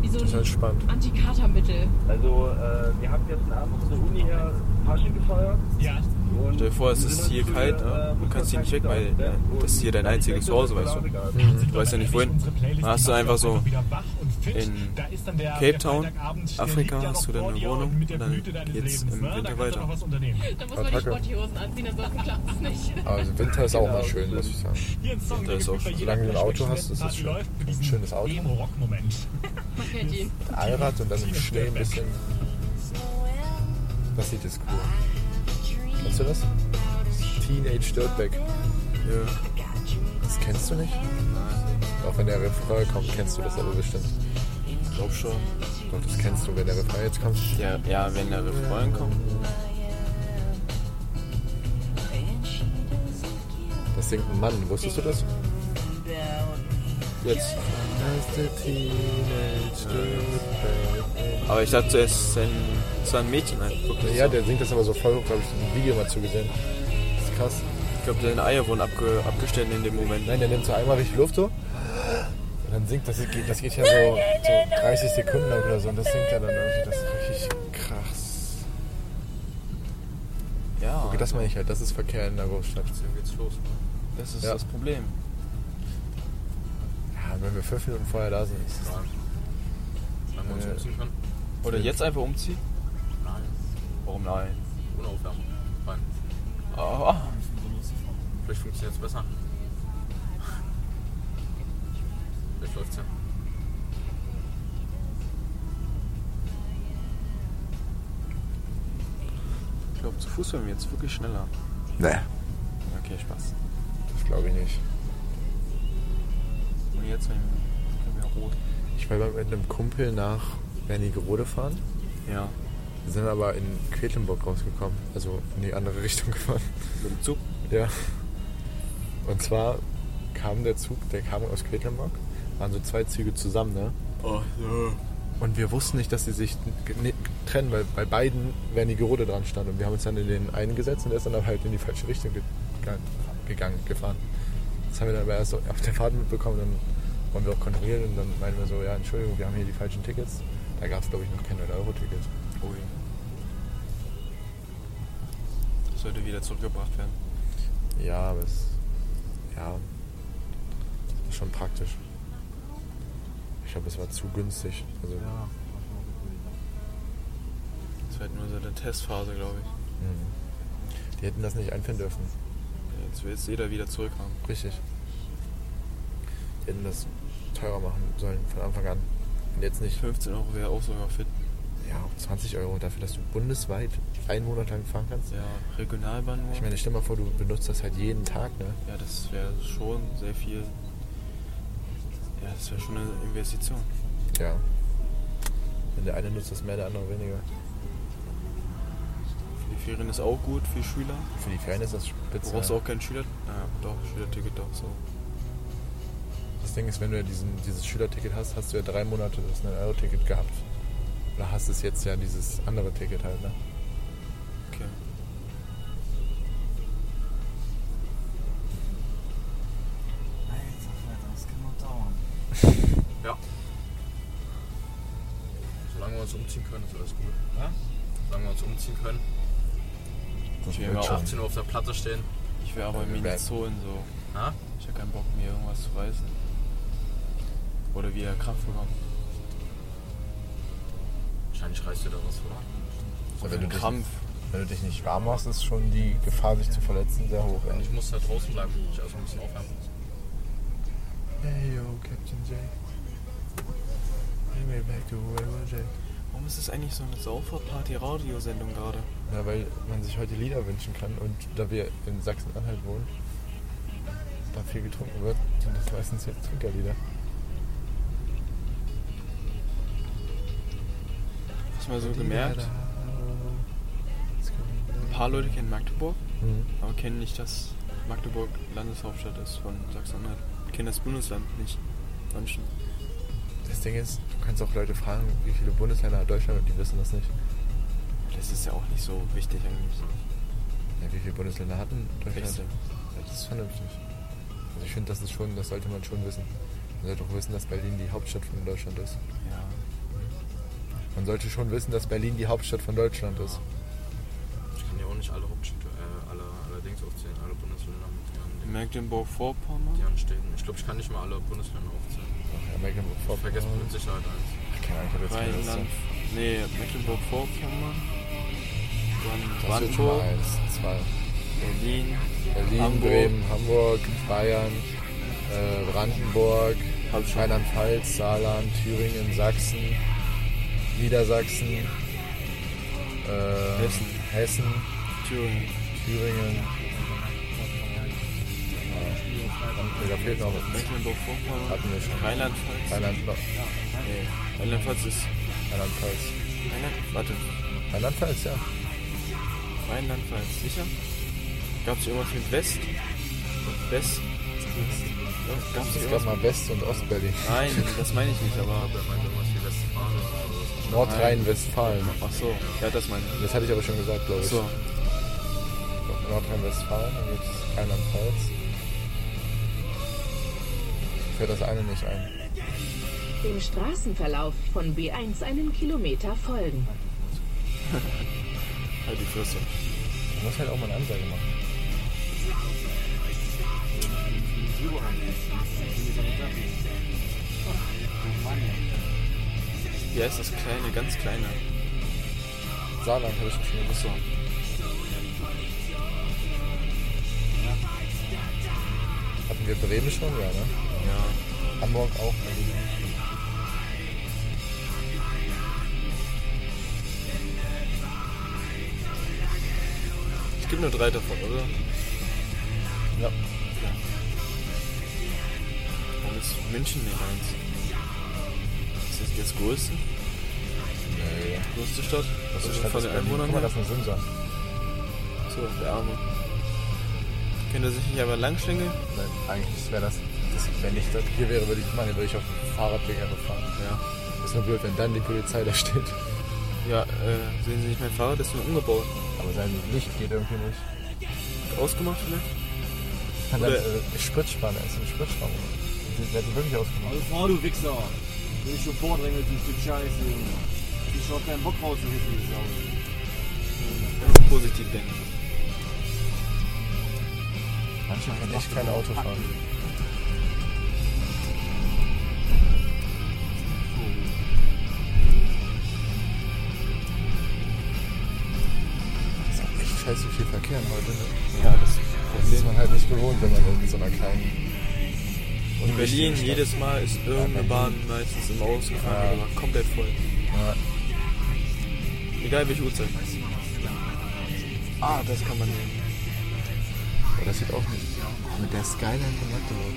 Wie so
Das ist halt
ein
spannend.
Antikatermittel.
Also, äh, wir haben gestern Abend auf der Uni her Pasche gefeiert.
Ja,
Und
Stell dir vor, es ist hier kalt, ne? du kannst hier nicht weg, weil äh, das ist hier dein einziges Zuhause, weißt du.
du
weißt ja nicht, wohin. Dann hast du einfach so in Cape Town, Afrika, hast du deine Wohnung, dann geht's
ne?
im Winter weiter.
Da muss man die
Attacke.
Sporthosen anziehen, ansonsten klappt es nicht.
Also Winter ist auch mal schön, muss ich sagen.
Da ist auch schon-
Solange du ein Auto hast, ist das schön. Ein schönes Auto.
Man kennt ihn.
Allrad und dann im Schnee ein bisschen. Das sieht jetzt cool. Kennst du das? Teenage Dirtbag.
Ja.
Das kennst du nicht? Auch wenn der Refrain kommt, kennst du das aber bestimmt. Ich glaube schon. Doch, das kennst du, wenn der Refrain jetzt kommt.
Ja, ja, wenn da Freunde kommen.
Das singt ein Mann, wusstest du das?
Jetzt.
Ja,
Aber ich dachte, es ist ein, es ist ein Mädchen halt. Guck, das ist so.
der singt das aber so voll hoch, da habe ich ein Video mal zugesehen. Das ist krass.
Ich glaube, deine Eier wurden abge, abgestellt in dem Moment.
Nein, der nimmt so einmal richtig Luft so. Und dann singt das, das geht, das geht ja so, so 30 Sekunden lang oder so. Und das singt er dann irgendwie, das ist richtig krass.
Ja,
Okay, das meine ich halt, das ist Verkehr in der Großstadt.
geht's los. ne? Das ist
Ja.
das Problem.
Ja, wenn wir fünf Minuten vorher da sind, ist das
Wenn wir
Äh.
uns umziehen können.
Oder jetzt einfach umziehen?
Nein.
Warum nein?
Ohne Aufwärmen. Nein.
Ah,
Vielleicht funktioniert es besser. Vielleicht läuft's ja.
ich glaube, zu Fuß wären wir jetzt wirklich schneller.
Nee.
Okay, Spaß.
Das glaube ich nicht.
Und jetzt wenn wir können wir rot.
Ich war mal mit einem Kumpel nach Wernigerode fahren.
Ja.
Wir sind aber in Quedlinburg rausgekommen, also in die andere Richtung gefahren.
Mit dem Zug?
Ja. Und zwar kam der Zug, der kam aus Quedlinburg, waren so zwei Züge zusammen, ne?
Oh, ja.
Und wir wussten nicht, dass sie sich ge- ne- trennen, weil bei beiden Wernigerode dran stand. Und wir haben uns dann in den einen gesetzt und der ist dann aber halt in die falsche Richtung ge- ge- gegangen, gefahren. Das haben wir dann aber erst auf der Fahrt mitbekommen. Dann wollen wir auch kontrollieren und dann meinen wir so, ja, Entschuldigung, wir haben hier die falschen Tickets. Da gab es, glaube ich, noch kein 9-Euro-Ticket.
Ui. Das sollte wieder zurückgebracht werden.
Ja, aber es ja, ist schon praktisch. Ich glaube, es war zu günstig. Also,
Das war halt nur so eine Testphase, glaube ich.
hm. Die hätten das nicht einführen dürfen.
Jetzt will es jeder wieder zurückhaben.
Richtig. Die hätten das teurer machen sollen von Anfang an. Und jetzt nicht.
15 Euro wäre auch sogar fit.
Ja, 20 Euro dafür, dass du bundesweit einen Monat lang fahren kannst.
Ja, Regionalbahn nur.
Ich meine, stell mal vor, du benutzt das halt jeden Tag, ne?
ja, das wäre schon sehr viel. Ja, das wäre schon eine Investition.
Ja. Wenn der eine nutzt das mehr, der andere weniger.
Für die Ferien ist auch gut, für Schüler.
Für die Ferien ist das
Du
spitze.
brauchst auch kein Schüler. Ja, doch, Schülerticket doch so.
Das Ding ist, wenn du ja diesen, dieses Schülerticket hast, hast du ja drei Monate das 9-Euro-Ticket gehabt. Oder hast es jetzt ja dieses andere Ticket halt, ne?
Okay.
Solange wir uns umziehen können, ist alles gut. ne? Solange wir uns umziehen können.
Ich
wird
wäre
schon.
auch,
18 Uhr auf der Platte stehen. ne?
ich wär aber in
Bleiben.
Minnesolen so.
Ha?
Ich hab keinen Bock, mir irgendwas zu reißen. Oder wieder Kraft bekommen. Wahrscheinlich reißt du da was vor.
Also Wenn du, dich,
Krampf.
wenn du dich nicht warm machst, ist schon die Gefahr, sich zu verletzen, sehr hoch.
Und ich muss da draußen bleiben, weil ich also ein bisschen aufwärmen muss.
Hey yo, Captain Jack. Bring me back to Railroad Jack.
Warum ist das eigentlich so eine Sauferparty-Radiosendung gerade?
Na, weil man sich heute Lieder wünschen kann und da wir in Sachsen-Anhalt wohnen, da viel getrunken wird, sind das meistens jetzt Trinkerlieder.
Hast du mal so gemerkt? Ein paar Leute kennen Magdeburg,
Mhm.
aber kennen nicht, dass Magdeburg Landeshauptstadt ist von Sachsen-Anhalt. Kennen das Bundesland nicht. Manchen.
Das Ding ist, du kannst auch Leute fragen, wie viele Bundesländer hat Deutschland und die wissen das nicht.
Das ist ja auch nicht so wichtig eigentlich.
Ja, wie viele Bundesländer hatten Deutschland?
Sechzehn.
Ja, das ist vernünftig. Also ich finde, das ist schon, das sollte man schon wissen. Man sollte auch wissen, dass Berlin die Hauptstadt von Deutschland ist.
Ja.
Man sollte schon wissen, dass Berlin die Hauptstadt von Deutschland ist.
Ich kann ja auch nicht alle Hauptstädte, äh, alle, alle Dings aufzählen, alle Bundesländer mit ihren,
Ne.
mit
Mecklenburg-Vorpommern?
ihren Städten. Ich glaube, ich kann nicht mal alle Bundesländer aufzählen.
Ach, ja,
Ich vergesse
Mecklenburg-Vorpommern.
mit Sicherheit eins.
Ach, Keine Ahnung, ich hab jetzt keine Lust.
Rheinland. Nee, Mecklenburg-Vorpommern. Dann
Das ist schon
Brandenburg,
mal eins, zwei.
Berlin,
Berlin,
Hamburg.
Bremen, Hamburg, Bayern, äh, Brandenburg,
Hab ich schon.
Rheinland-Pfalz, Saarland, Thüringen, Sachsen, Niedersachsen, äh,
Hessen.
Hessen,
Thüringen.
Thüringen. Ja, da fehlt noch was.
Mecklenburg-Vorpommern.
Hatten wir schon.
Rheinland-Pfalz.
Rheinland- noch-
Nee, Rheinland-Pfalz ist.
Rheinland-Pfalz.
Rheinland, warte,
Rheinland-Pfalz, ja.
Rheinland-Pfalz, sicher? Gab es irgendwas mit West? West? Gab es
Es gab
irgendwas?
mal West- und Ostberlin.
Nein, das meine ich nicht, aber.
Der meint irgendwas wie Westfalen oder sowas.
Nordrhein-Westfalen.
Ach so, ja, das meine ich.
Das hatte ich aber schon gesagt, glaube ich.
So,
Nordrhein-Westfalen, dann gibt es Rheinland-Pfalz. Fällt das eine nicht ein.
Dem Straßenverlauf von B1 einen Kilometer folgen.
halt die Fresse.
Man muss halt auch mal eine Ansage machen.
Wie heißt das kleine, ganz kleine?
Saarland habe ich schon gewusst.
Achso.
Hatten wir Bremen schon? Ja, ne?
Ja.
Hamburg auch.
Es gibt nur drei davon, oder?
Ja.
Warum ist München nicht eins? Ist das das größte?
Nee.
Größte Stadt?
Das
Also
ist Stadt
von
des
den
Berlin.
Einwohnern
Guck mal,
her?
das ist ein Simsa.
So, der Arme. Könnte sich nicht aber langschlängeln?
Nein, eigentlich wäre das, das, wenn ich das hier wäre, würde ich machen, dann würde ich auf dem Fahrradweg einfach fahren.
Ja.
Ist nur blöd, wenn dann die Polizei da steht.
Ja, äh, sehen Sie nicht mein Fahrrad? Das ist nur umgebaut.
Aber sein Licht geht irgendwie nicht.
Ausgemacht vielleicht?
Kann dann,
Oder-
äh, Spritspanne, ist eine Spritspanne. Die werden wirklich ausgemacht.
Also fahr du Wichser. Will ich schon vordrängen mit dem Stück Scheiße, Junge. Ich hab keinen Bock raus, du Hippie, Sau.
Ganz positiv denken.
Manche können echt kein Auto fahren. Das ist auch echt scheiße viel Verkehr heute. Ne?
Ja, das
Das ist man halt nicht gewohnt, wenn man in so einer kleinen.
In Berlin
unwichtigen Stadt-
jedes Mal ist irgendeine
Berlin.
Bahn meistens immer ausgefallen
Ja.
oder war komplett voll.
Ja.
Egal welche Uhrzeit. Ah, das kann man nehmen.
Aber das sieht auch nicht. Mit der Skyline von Magdeburg.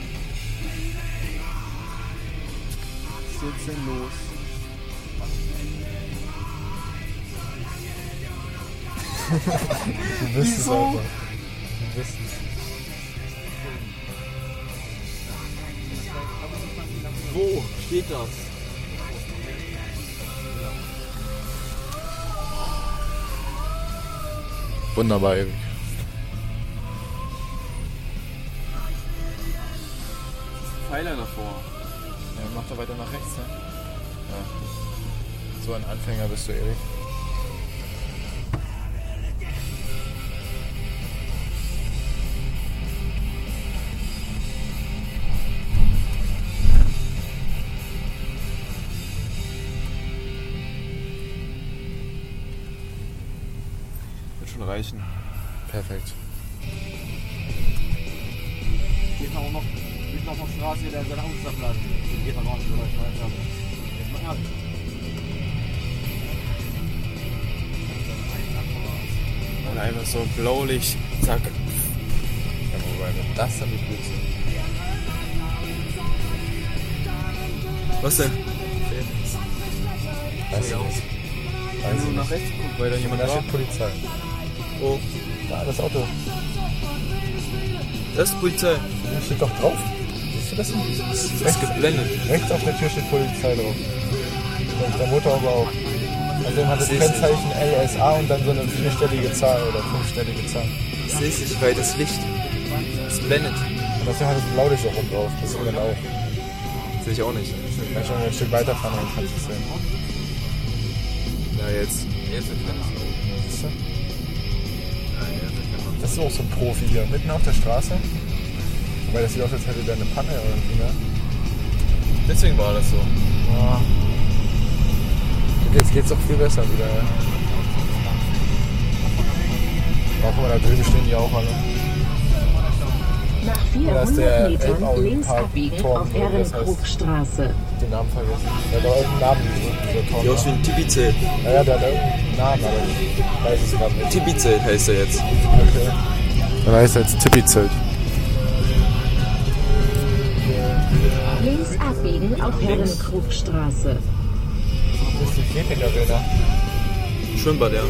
Was ist denn los?
Du wirst es einfach. Du wirst es.
Wo steht das?
Wunderbar, Erik.
Pfeiler davor.
Ja, mach da weiter nach rechts, ne? Ja. So ein Anfänger bist du, Erik.
Minuten reichen.
Perfekt.
Geht auch noch, geht noch auf die Straße, der seine Autos abladen. Geht doch auch nicht, oder? Ich weiß ja. Jetzt mal ehrlich.
Und einfach so Blaulicht, zack.
Ja, wobei, wenn das dann nicht gut ist.
Was denn?
Weiß ich nicht. Weiß ich nicht.
rechts guckt, weil da
Da steht Polizei.
Oh,
Da, das Auto.
das ist Polizei.
Da steht doch drauf. Siehst du das denn?
Das ist geblendet.
Rechts auf der Tür steht Polizei drauf. Und der Motorhaube auch. Also dann hat das
Siehst du.
Kennzeichen LSA und dann so eine vierstellige Zahl oder fünfstellige Zahl.
Das sehe ich nicht, weil das Licht. Das blendet.
Und außerdem hat es Blaulicht auch oben drauf. Das sieht man auch.
Sehe ich auch nicht.
Wenn schon ein Stück weiterfahren, dann kannst du es sehen.
Ja, jetzt.
Jetzt wird es.
Siehst du?
Ja, ja, das kann man.
Das ist auch so ein Profi hier. Mitten auf der Straße. Wobei das sieht aus, als hätte der eine Panne oder irgendwie, ne?
Deswegen war das so.
Ja. Okay, jetzt geht's doch viel besser wieder. Ja. Oh, guck mal, da drüben stehen die auch alle.
Nach
Da ist der
400 Metern
Elbauer
links
Park
abbiegen
Tor, oder
auf
wie das heißt.
Ehrenkrugstraße.
Ich hab den Namen vergessen. Der hat doch irgendeinen Namen, dieser Tor.
Sieht aus wie ein Tibi-Zelt.
Ja, ja, der hat halt irgendeinen Namen, aber ich weiß es gerade nicht.
Tibi-Zelt heißt er jetzt.
Okay. Dann heißt er jetzt Tippizelt.
Links abbiegen auf Herrenkrugstraße.
Das ist die Käfig-Arena.
Schwimmbad, ja.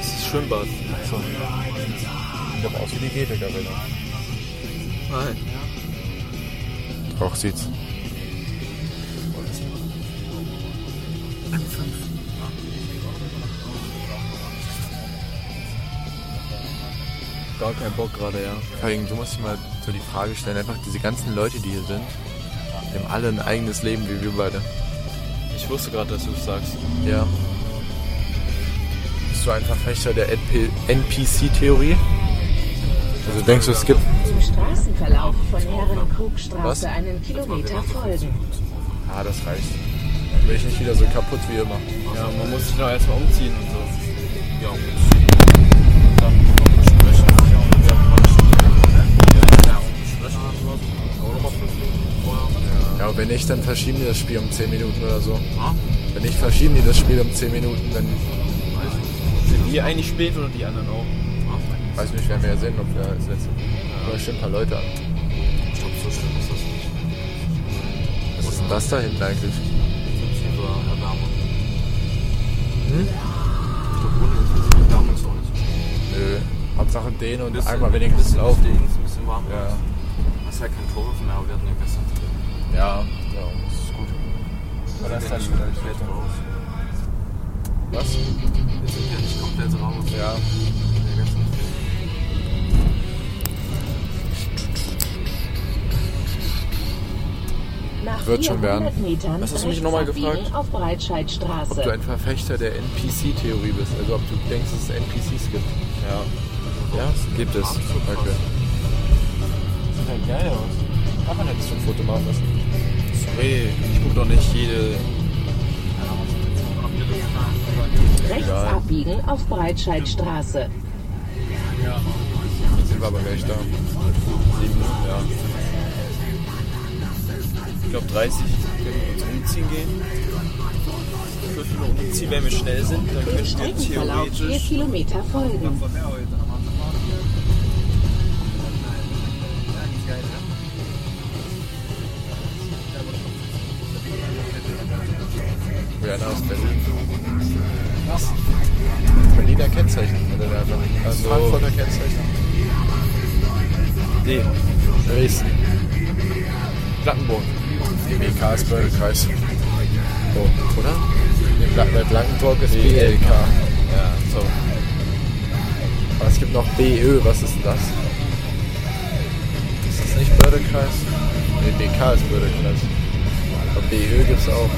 Das ist Schwimmbad.
Achso. Sieht doch aus wie die Käfig-Arena.
Nein.
Doch, sieht's.
Gar keinen Bock gerade, ja.
Vor allem, du musst dir mal so die Frage stellen, einfach diese ganzen Leute, die hier sind, die haben alle ein eigenes Leben wie wir beide.
Ich wusste gerade, dass du es sagst.
Ja. Bist du ein Verfechter der NP NPC-Theorie?
Also denkst du, es gibt
Im Straßenverlauf von Herrenkrugstraße einen Kilometer folgen.
Ah, das reicht. Dann bin ich nicht wieder so kaputt wie immer.
Ja, man muss sich doch erstmal umziehen und so.
Ja, und dann noch besprechen. Ja, noch besprechen. Ja, und besprechen oder sowas. Auch nochmal fünf Minuten vorher.
Ja, aber wenn nicht, dann verschieben die das Spiel um 10 Minuten oder so.
Ah.
Wenn nicht, verschieben die das Spiel um 10 Minuten, dann
Sind wir eigentlich spät oder die anderen auch?
weiß nicht, werden wir ja sehen, ob wir das letzte. Da stehen ein paar Leute an.
Ich glaube, so schlimm ist das nicht.
Was ist denn das da hinten eigentlich?
Intensive Erwärmung.
Hm?
Ich glaube, ohne intensive Erwärmung ist auch nicht so schlimm.
Nö. Hauptsache den und
Bisschen-
einmal wenigstens
bisschen
laufen.
stehen, ist ein bisschen warm.
Ja.
Das ist halt kein Vorwurf mehr, aber wir hatten ja gestern
Ja, ja, das ist gut. Aber das ist dann vielleicht
komplett
später.
raus. Wir
Was?
sind ja nicht komplett raus. Ja,
Ja.
gestern.
Nach
Wird schon werden.
400 Metern
Was hast du mich nochmal
rechts abbiegen
gefragt?
Auf
Ob du
Breitscheidstraße.
ein Verfechter der NPC-Theorie bist, also ob du denkst, dass es NPCs gibt.
Ja.
Ja, gibt es. Danke. Sieht halt geil aus. Kann man jetzt schon ein Foto machen lassen.
Sorry, ich guck doch nicht jede.
Rechts abbiegen auf Breitscheidstraße.
Jetzt sind wir aber gleich da.
Sieben, ja. Ich glaube 30 können wir uns umziehen gehen. Fünf Minuten umziehen, wenn wir schnell sind, dann
Dem
könnten wir
Streckenverlauf 4
theoretisch.
Kilometer folgen.
Rihanna aus Berlin. Was? Berliner Kennzeichen. Oder der einfach. Also Frankfurter Kennzeichen.
Nee,
Dresden.
Plattenburg.
DB Karlsberg Kreis. Oh, oder? Nee, Bla- Bei Blankenburg ist
BLK.
BLK.
Ja, so.
Aber es gibt noch BÖ, was ist denn das? Ist das nicht Bördekreis? Nee, BK ist Bördekreis. Aber BÖ gibt's auch.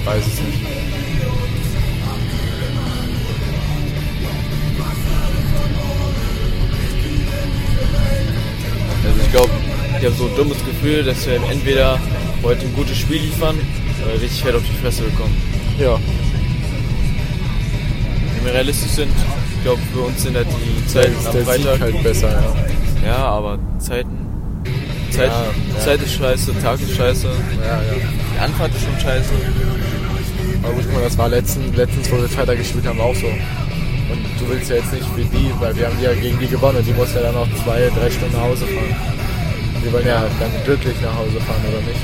Ich weiß es nicht.
Also ich glaube, ich habe so ein dummes Gefühl, dass wir entweder Äh, heute ein gutes Spiel liefern oder richtig fett auf die Fresse bekommen.
Ja.
wenn wir realistisch sind, ich glaube, für uns sind halt die Zeiten
Ist
am
der Sieg
Freitag.
halt besser, ja.
Ja, aber Zeiten. Zeit,
Ja, ja.
Zeit ist scheiße, Tag ist scheiße,
ja, ja.
die Anfahrt ist schon scheiße.
Aber gut, guck mal, das war letzten, letztens, wo wir Freitag gespielt haben, auch so. Und du willst ja jetzt nicht wie die, weil wir haben ja gegen die gewonnen und die mussten ja dann auch zwei, drei Stunden nach Hause fahren. Und wir wollen ja dann glücklich nach Hause fahren, oder nicht?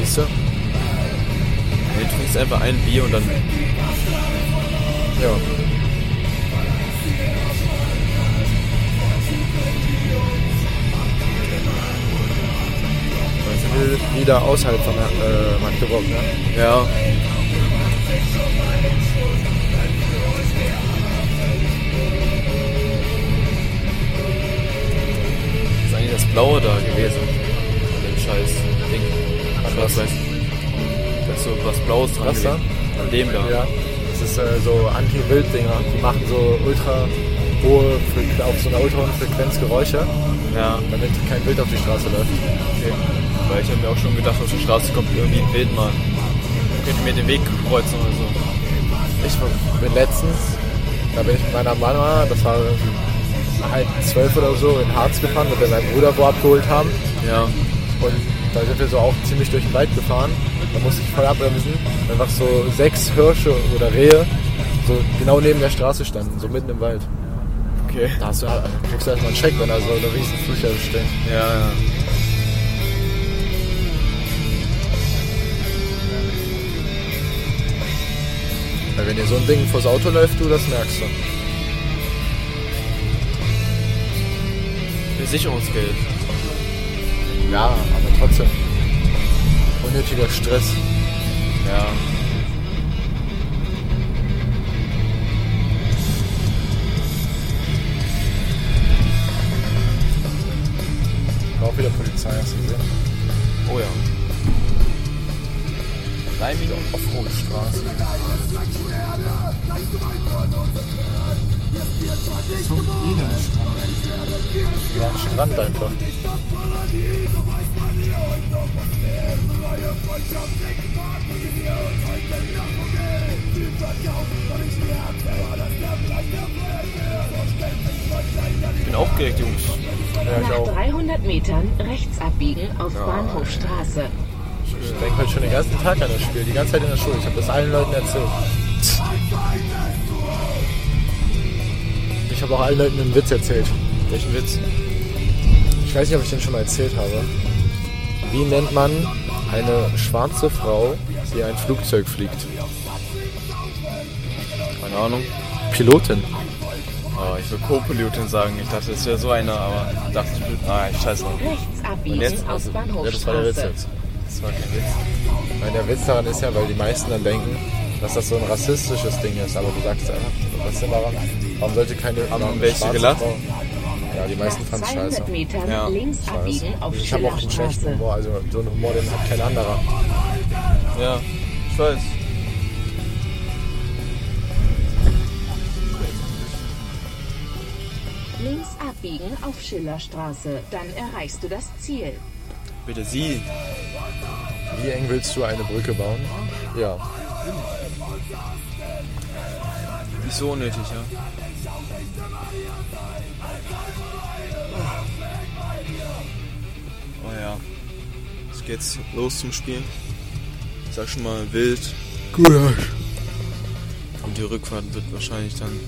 Siehst du?
Du trinkst einfach ein Bier und dann
Ja. Wir sind Wieder außerhalb von äh, Magdeburg, ne?
Ja. Ist eigentlich das Blaue da gewesen? An dem scheiß Ding. Schwarz-Weiß. Da ist so was Blaues dran
Was da?
gewesen. An dem da.
Ja, das ist äh, so Anti-Wild-Dinger. Die machen so ultra hohe, Fre- auf so einer ultra hohen Frequenz Geräusche,
Ja.
damit kein Wild auf die Straße läuft.
Weil ich habe mir auch schon gedacht, auf der Straße kommt irgendwie ein Wildmann. Könnte mir den Weg kreuzen oder so.
Ich bin letztens, da bin ich mit meiner Mama, das war irgendwie halb zwölf oder so, in Harz gefahren, weil wir meinen Bruder wo abgeholt haben.
Ja.
Und da sind wir so auch ziemlich durch den Wald gefahren. Da musste ich voll abbremsen. Einfach so sechs Hirsche oder Rehe so genau neben der Straße standen, so mitten im Wald.
Okay.
Da hast du, da kriegst du erstmal einen Schreck, wenn da so eine riesen Viecher stehen.
Ja, ja.
Weil wenn dir so ein Ding vors Auto läuft, du das merkst du.
Versicherungsgeld.
Ja, aber trotzdem. Unnötiger Stress.
Ja.
War auch wieder Polizei, hast du gesehen?
Oh ja. Drei Minuten.
Auf Hochstraße. Ja, am Strand einfach.
Ich bin aufgeregt, Jungs.
Ja, ich
Nach
auch.
300 Metern rechts abbiegen auf Bahnhofstraße.
Ich denke halt schon den ganzen Tag an das Spiel, die ganze Zeit in der Schule. Ich habe das allen Leuten erzählt. Ich habe auch allen Leuten einen Witz erzählt.
Welchen Witz?
Ich weiß nicht, ob ich den schon mal erzählt habe. Wie nennt man eine schwarze Frau, die ein Flugzeug fliegt?
Keine Ahnung.
Pilotin.
Ah, ich will Co-Pilotin sagen. Ich dachte, es wäre so einer, aber ich dachte, ich will. Nein, scheiße.
Rechts
Und
abbiegen
jetzt?
auf
Also,
Ja, das war der Witz
Bahnhofstraße.
jetzt.
Das war kein Witz.
Weil der Witz daran ist ja, weil die meisten dann denken, dass das so ein rassistisches Ding ist, aber du sagst es einfach, was ist denn daran? Warum sollte keine
Haben
eine
welche
schwarze
gelacht?
Frau- Ja, die meisten
Nach
fanden es scheiße.
200 Metern
Ja.
links abbiegen auf
Ich habe auch einen schlechten
Schillerstraße.
Humor, also so einen Humor, den hat kein anderer.
Ja, ich weiß.
Links abbiegen auf Schillerstraße. Dann erreichst du das Ziel.
Bitte Sie.
Wie eng willst du eine Brücke bauen? Ja.
Nicht so unnötig, ja. Oh ja. Jetzt geht's los zum Spiel. Ich sag schon mal wild.
Gulasch.
Und die Rückfahrt wird wahrscheinlich dann.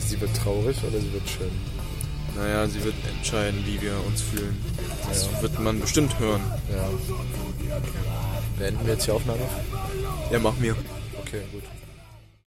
Sie wird traurig oder sie wird schön?
Naja, sie wird entscheiden, wie wir uns fühlen. Das wird man bestimmt hören.
Ja. Beenden wir jetzt die Aufnahme?
Ja, mach mir.
Okay, gut.